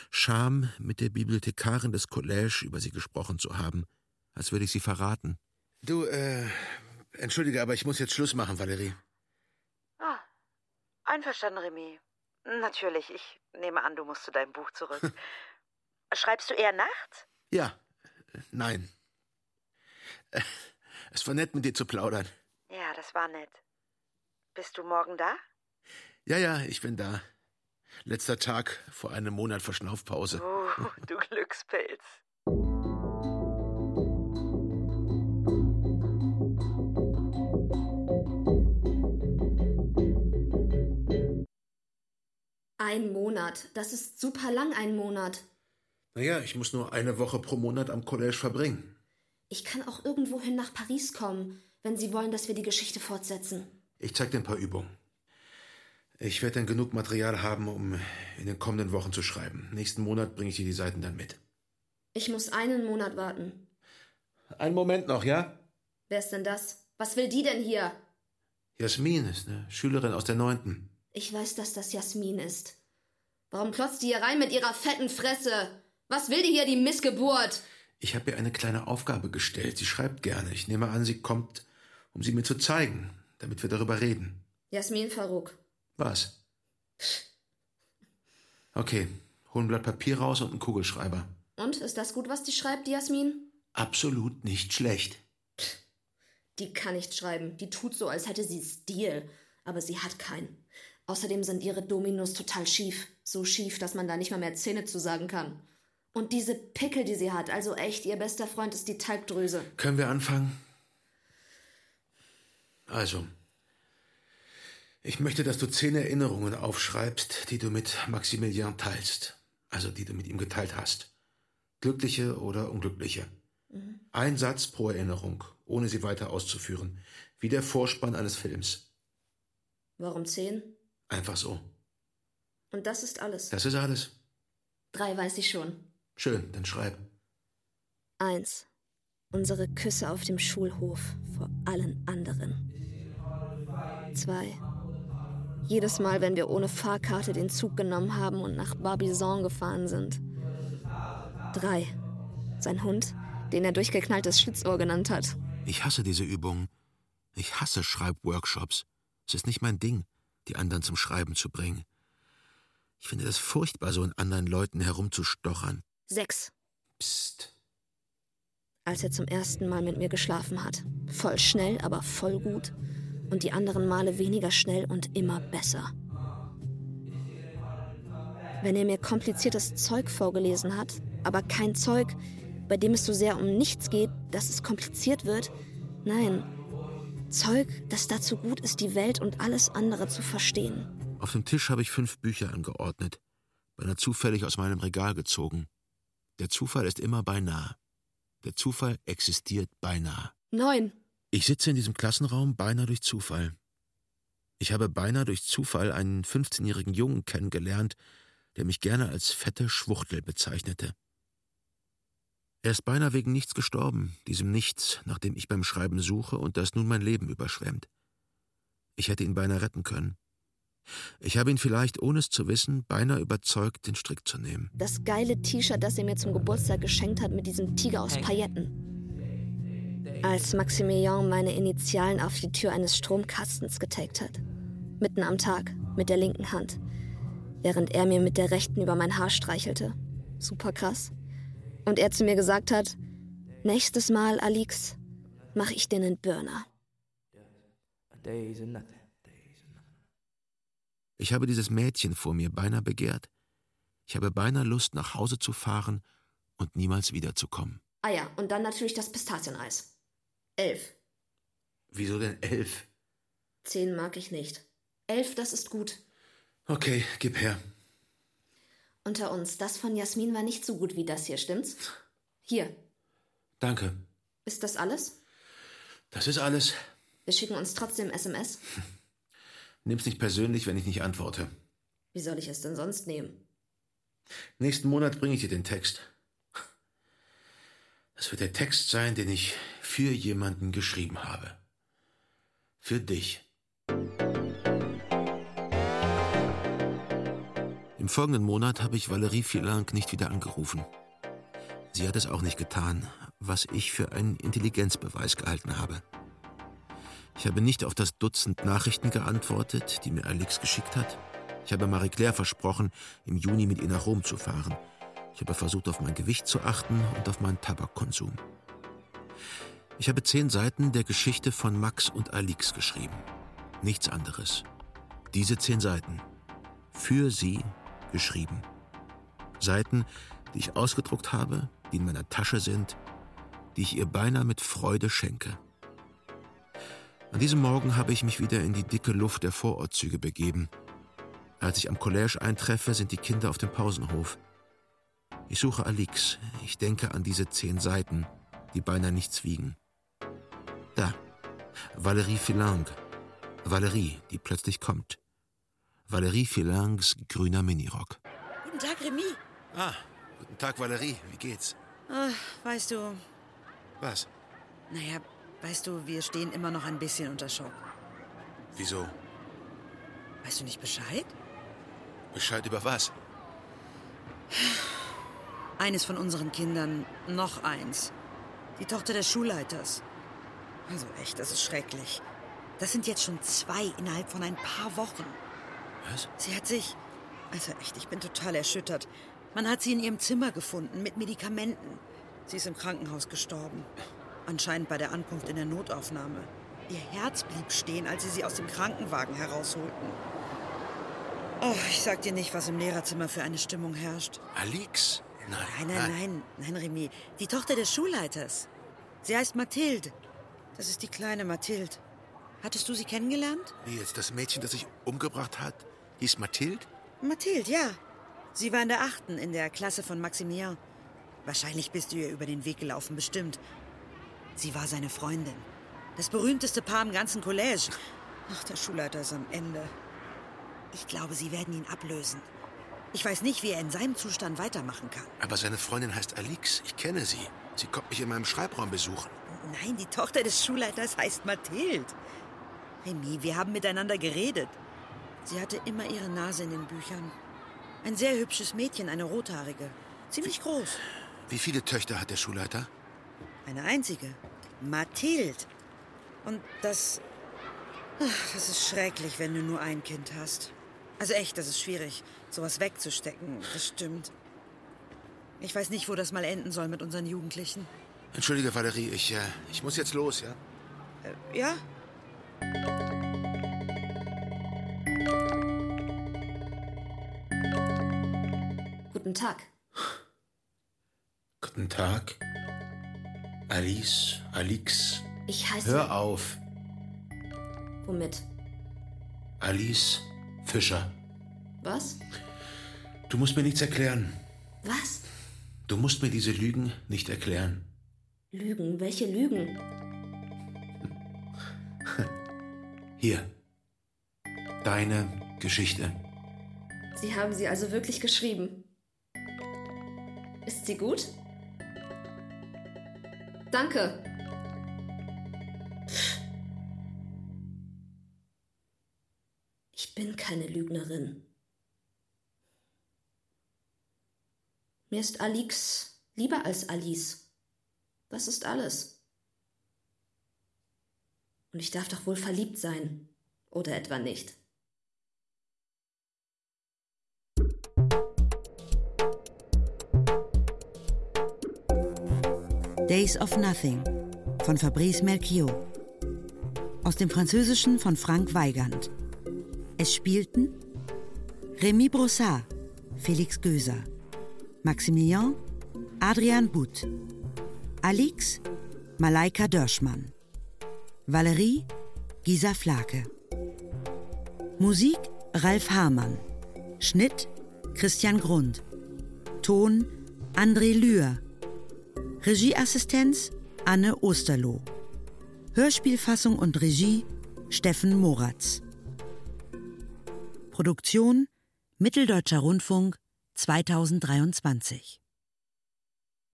C: Scham, mit der Bibliothekarin des Collège über sie gesprochen zu haben, als würde ich sie verraten.
A: Du, äh, entschuldige, aber ich muss jetzt Schluss machen, Valerie.
K: Ah, einverstanden, Remy. Natürlich, ich nehme an, du musst zu deinem Buch zurück. Schreibst du eher nachts?
A: Ja, äh, nein. Äh, Es war nett, mit dir zu plaudern.
K: Ja, das war nett. Bist du morgen da?
A: Ja, ja, ich bin da. Letzter Tag vor einem Monat Verschnaufpause.
K: Oh, du Glückspilz.
B: Ein Monat. Das ist super lang, ein Monat.
A: Naja, ich muss nur eine Woche pro Monat am College verbringen.
B: Ich kann auch irgendwohin nach Paris kommen, wenn Sie wollen, dass wir die Geschichte fortsetzen.
A: Ich zeig dir ein paar Übungen. Ich werde dann genug Material haben, um in den kommenden Wochen zu schreiben. Nächsten Monat bringe ich dir die Seiten dann mit.
B: Ich muss einen Monat warten.
A: Einen Moment noch, ja?
B: Wer ist denn das? Was will die denn hier?
A: Jasmin ist eine Schülerin aus der Neunten.
B: Ich weiß, dass das Jasmin ist. Warum klotzt die hier rein mit ihrer fetten Fresse? Was will die hier, die Missgeburt?
A: Ich habe ihr eine kleine Aufgabe gestellt. Sie schreibt gerne. Ich nehme an, sie kommt, um sie mir zu zeigen, damit wir darüber reden.
B: Jasmin Faruk.
A: Was? Okay, hol ein Blatt Papier raus und einen Kugelschreiber.
B: Und ist das gut, was die schreibt, die Jasmin?
A: Absolut nicht schlecht.
B: Die kann nicht schreiben. Die tut so, als hätte sie Stil. Aber sie hat keinen. Außerdem sind ihre Dominos total schief. So schief, dass man da nicht mal mehr Zähne zu sagen kann. Und diese Pickel, die sie hat, also echt, ihr bester Freund ist die Talgdrüse.
A: Können wir anfangen? Also, ich möchte, dass du zehn Erinnerungen aufschreibst, die du mit Maximilian teilst. Also, die du mit ihm geteilt hast. Glückliche oder unglückliche. Ein Satz pro Erinnerung, ohne sie weiter auszuführen. Wie der Vorspann eines Films.
B: Warum zehn?
A: Einfach so.
B: Und das ist alles.
A: Das ist alles.
B: Drei weiß ich schon.
A: Schön, dann schreib.
B: Eins. Unsere Küsse auf dem Schulhof vor allen anderen. Zwei. Jedes Mal, wenn wir ohne Fahrkarte den Zug genommen haben und nach Barbizon gefahren sind. Drei. Sein Hund, den er durchgeknalltes Schlitzohr genannt hat.
C: Ich hasse diese Übungen. Ich hasse Schreibworkshops. Es ist nicht mein Ding, die anderen zum Schreiben zu bringen. Ich finde das furchtbar, so in anderen Leuten herumzustochern.
B: Sechs.
A: Psst.
B: als er zum ersten Mal mit mir geschlafen hat. Voll schnell, aber voll gut. Und die anderen Male weniger schnell und immer besser. Wenn er mir kompliziertes Zeug vorgelesen hat, aber kein Zeug, bei dem es so sehr um nichts geht, dass es kompliziert wird. Nein, Zeug, das dazu gut ist, die Welt und alles andere zu verstehen.
C: Auf dem Tisch habe ich fünf Bücher angeordnet, beinahe zufällig aus meinem Regal gezogen. Der Zufall ist immer beinahe. Der Zufall existiert beinahe.
B: Neun.
C: Ich sitze in diesem Klassenraum beinahe durch Zufall. Ich habe beinahe durch Zufall einen 15-jährigen Jungen kennengelernt, der mich gerne als fette Schwuchtel bezeichnete. Er ist beinahe wegen nichts gestorben, diesem Nichts, nach dem ich beim Schreiben suche und das nun mein Leben überschwemmt. Ich hätte ihn beinahe retten können. Ich habe ihn vielleicht, ohne es zu wissen, beinahe überzeugt, den Strick zu nehmen.
B: Das geile T-Shirt, das er mir zum Geburtstag geschenkt hat mit diesem Tiger aus Pailletten. Als Maximilian meine Initialen auf die Tür eines Stromkastens getaggt hat. Mitten am Tag, mit der linken Hand. Während er mir mit der rechten über mein Haar streichelte. Super krass. Und er zu mir gesagt hat, nächstes Mal, Alix, mach ich dir einen Burner.
E: Days and nothing.
C: Ich habe dieses Mädchen vor mir beinahe begehrt. Ich habe beinahe Lust, nach Hause zu fahren und niemals wiederzukommen.
B: Ah ja, und dann natürlich das Pistazieneis. Elf.
A: Wieso denn elf?
B: Zehn mag ich nicht. Elf, das ist gut.
A: Okay, gib her.
B: Unter uns, das von Jasmin war nicht so gut wie das hier, stimmt's? Hier,
A: Danke.
B: ist das alles?
A: Das ist alles.
B: Wir schicken uns trotzdem SMS.
A: Nimm's nicht persönlich, wenn ich nicht antworte.
B: Wie soll ich es denn sonst nehmen?
A: Nächsten Monat bringe ich dir den Text. Das wird der Text sein, den ich für jemanden geschrieben habe. Für dich.
C: Im folgenden Monat habe ich Valerie Fielank nicht wieder angerufen. Sie hat es auch nicht getan, was ich für einen Intelligenzbeweis gehalten habe. Ich habe nicht auf das Dutzend Nachrichten geantwortet, die mir Alex geschickt hat. Ich habe Marie-Claire versprochen, im Juni mit ihr nach Rom zu fahren. Ich habe versucht, auf mein Gewicht zu achten und auf meinen Tabakkonsum. Ich habe zehn Seiten der Geschichte von Max und Alix geschrieben. Nichts anderes. Diese zehn Seiten. Für sie geschrieben. Seiten, die ich ausgedruckt habe, die in meiner Tasche sind, die ich ihr beinahe mit Freude schenke. An diesem Morgen habe ich mich wieder in die dicke Luft der Vorortzüge begeben. Als ich am College eintreffe, sind die Kinder auf dem Pausenhof. Ich suche Alix. Ich denke an diese zehn Seiten, die beinahe nichts wiegen. Da. Valérie Filang. Valérie, die plötzlich kommt. Valérie Filangs grüner Minirock.
L: Guten Tag, Remy.
C: Ah, guten Tag, Valérie. Wie geht's?
L: Ah, weißt du,
C: Was?
L: naja, weißt du, wir stehen immer noch ein bisschen unter Schock.
C: Wieso?
L: Weißt du nicht Bescheid?
C: Bescheid über was?
L: Eines von unseren Kindern, noch eins. Die Tochter des Schulleiters. Also echt, das ist schrecklich. Das sind jetzt schon zwei innerhalb von ein paar Wochen.
C: Was?
L: Sie hat sich. Also echt, ich bin total erschüttert. Man hat sie in ihrem Zimmer gefunden mit Medikamenten. Sie ist im Krankenhaus gestorben. Anscheinend bei der Ankunft in der Notaufnahme. Ihr Herz blieb stehen, als sie sie aus dem Krankenwagen herausholten. Oh, ich sag dir nicht, was im Lehrerzimmer für eine Stimmung herrscht.
C: Alix? Nein,
L: Nein, nein, nein, nein, Remy. Die Tochter des Schulleiters. Sie heißt Mathilde. Das ist die kleine Mathilde. Hattest du sie kennengelernt?
C: Wie jetzt das Mädchen, das sich umgebracht hat, hieß Mathilde?
L: Mathilde, ja. Sie war in der achten in der Klasse von Maximilien. Wahrscheinlich bist du ihr über den Weg gelaufen, bestimmt. Sie war seine Freundin. Das berühmteste Paar im ganzen College. Ach, der Schulleiter ist am Ende. Ich glaube, sie werden ihn ablösen. Ich weiß nicht, wie er in seinem Zustand weitermachen kann.
C: Aber seine Freundin heißt Alix. Ich kenne sie. Sie kommt mich in meinem Schreibraum besuchen.
L: Oh, Nein, die Tochter des Schulleiters heißt Mathilde. Remy, wir haben miteinander geredet. Sie hatte immer ihre Nase in den Büchern. Ein sehr hübsches Mädchen, eine rothaarige. Ziemlich groß.
C: Wie viele Töchter hat der Schulleiter?
L: Eine einzige. Mathilde. Und das. Ach, das ist schrecklich, wenn du nur ein Kind hast. Also echt, das ist schwierig, sowas wegzustecken. Das stimmt. Ich weiß nicht, wo das mal enden soll mit unseren Jugendlichen.
C: Entschuldige, Valerie, ich, äh, ich muss jetzt los, ja?
L: Ja?
B: Guten Tag.
A: Guten Tag. Alice, Alix,
B: Ich heiße.
A: hör auf.
B: Womit?
A: Alice Fischer.
B: Was?
A: Du musst mir nichts erklären.
B: Was?
A: Du musst mir diese Lügen nicht erklären.
B: Lügen. Welche Lügen?
A: Hier. Deine Geschichte.
B: Sie haben sie also wirklich geschrieben. Ist sie gut? Danke. Pff. Ich bin keine Lügnerin. Mir ist Alix lieber als Alice. Das ist alles. Und ich darf doch wohl verliebt sein. Oder etwa nicht.
D: Days of Nothing von Fabrice Melchior. Aus dem Französischen von Frank Weigand. Es spielten Rémi Brossard, Felix Göser, Maximilien, Adrian Butt,
L: Alix Malaika Dörschmann. Valerie Gisa Flake. Musik Ralf Hamann. Schnitt Christian Grund. Ton André Lühr. Regieassistenz Anne Osterloh. Hörspielfassung und Regie Steffen Moratz. Produktion Mitteldeutscher Rundfunk 2023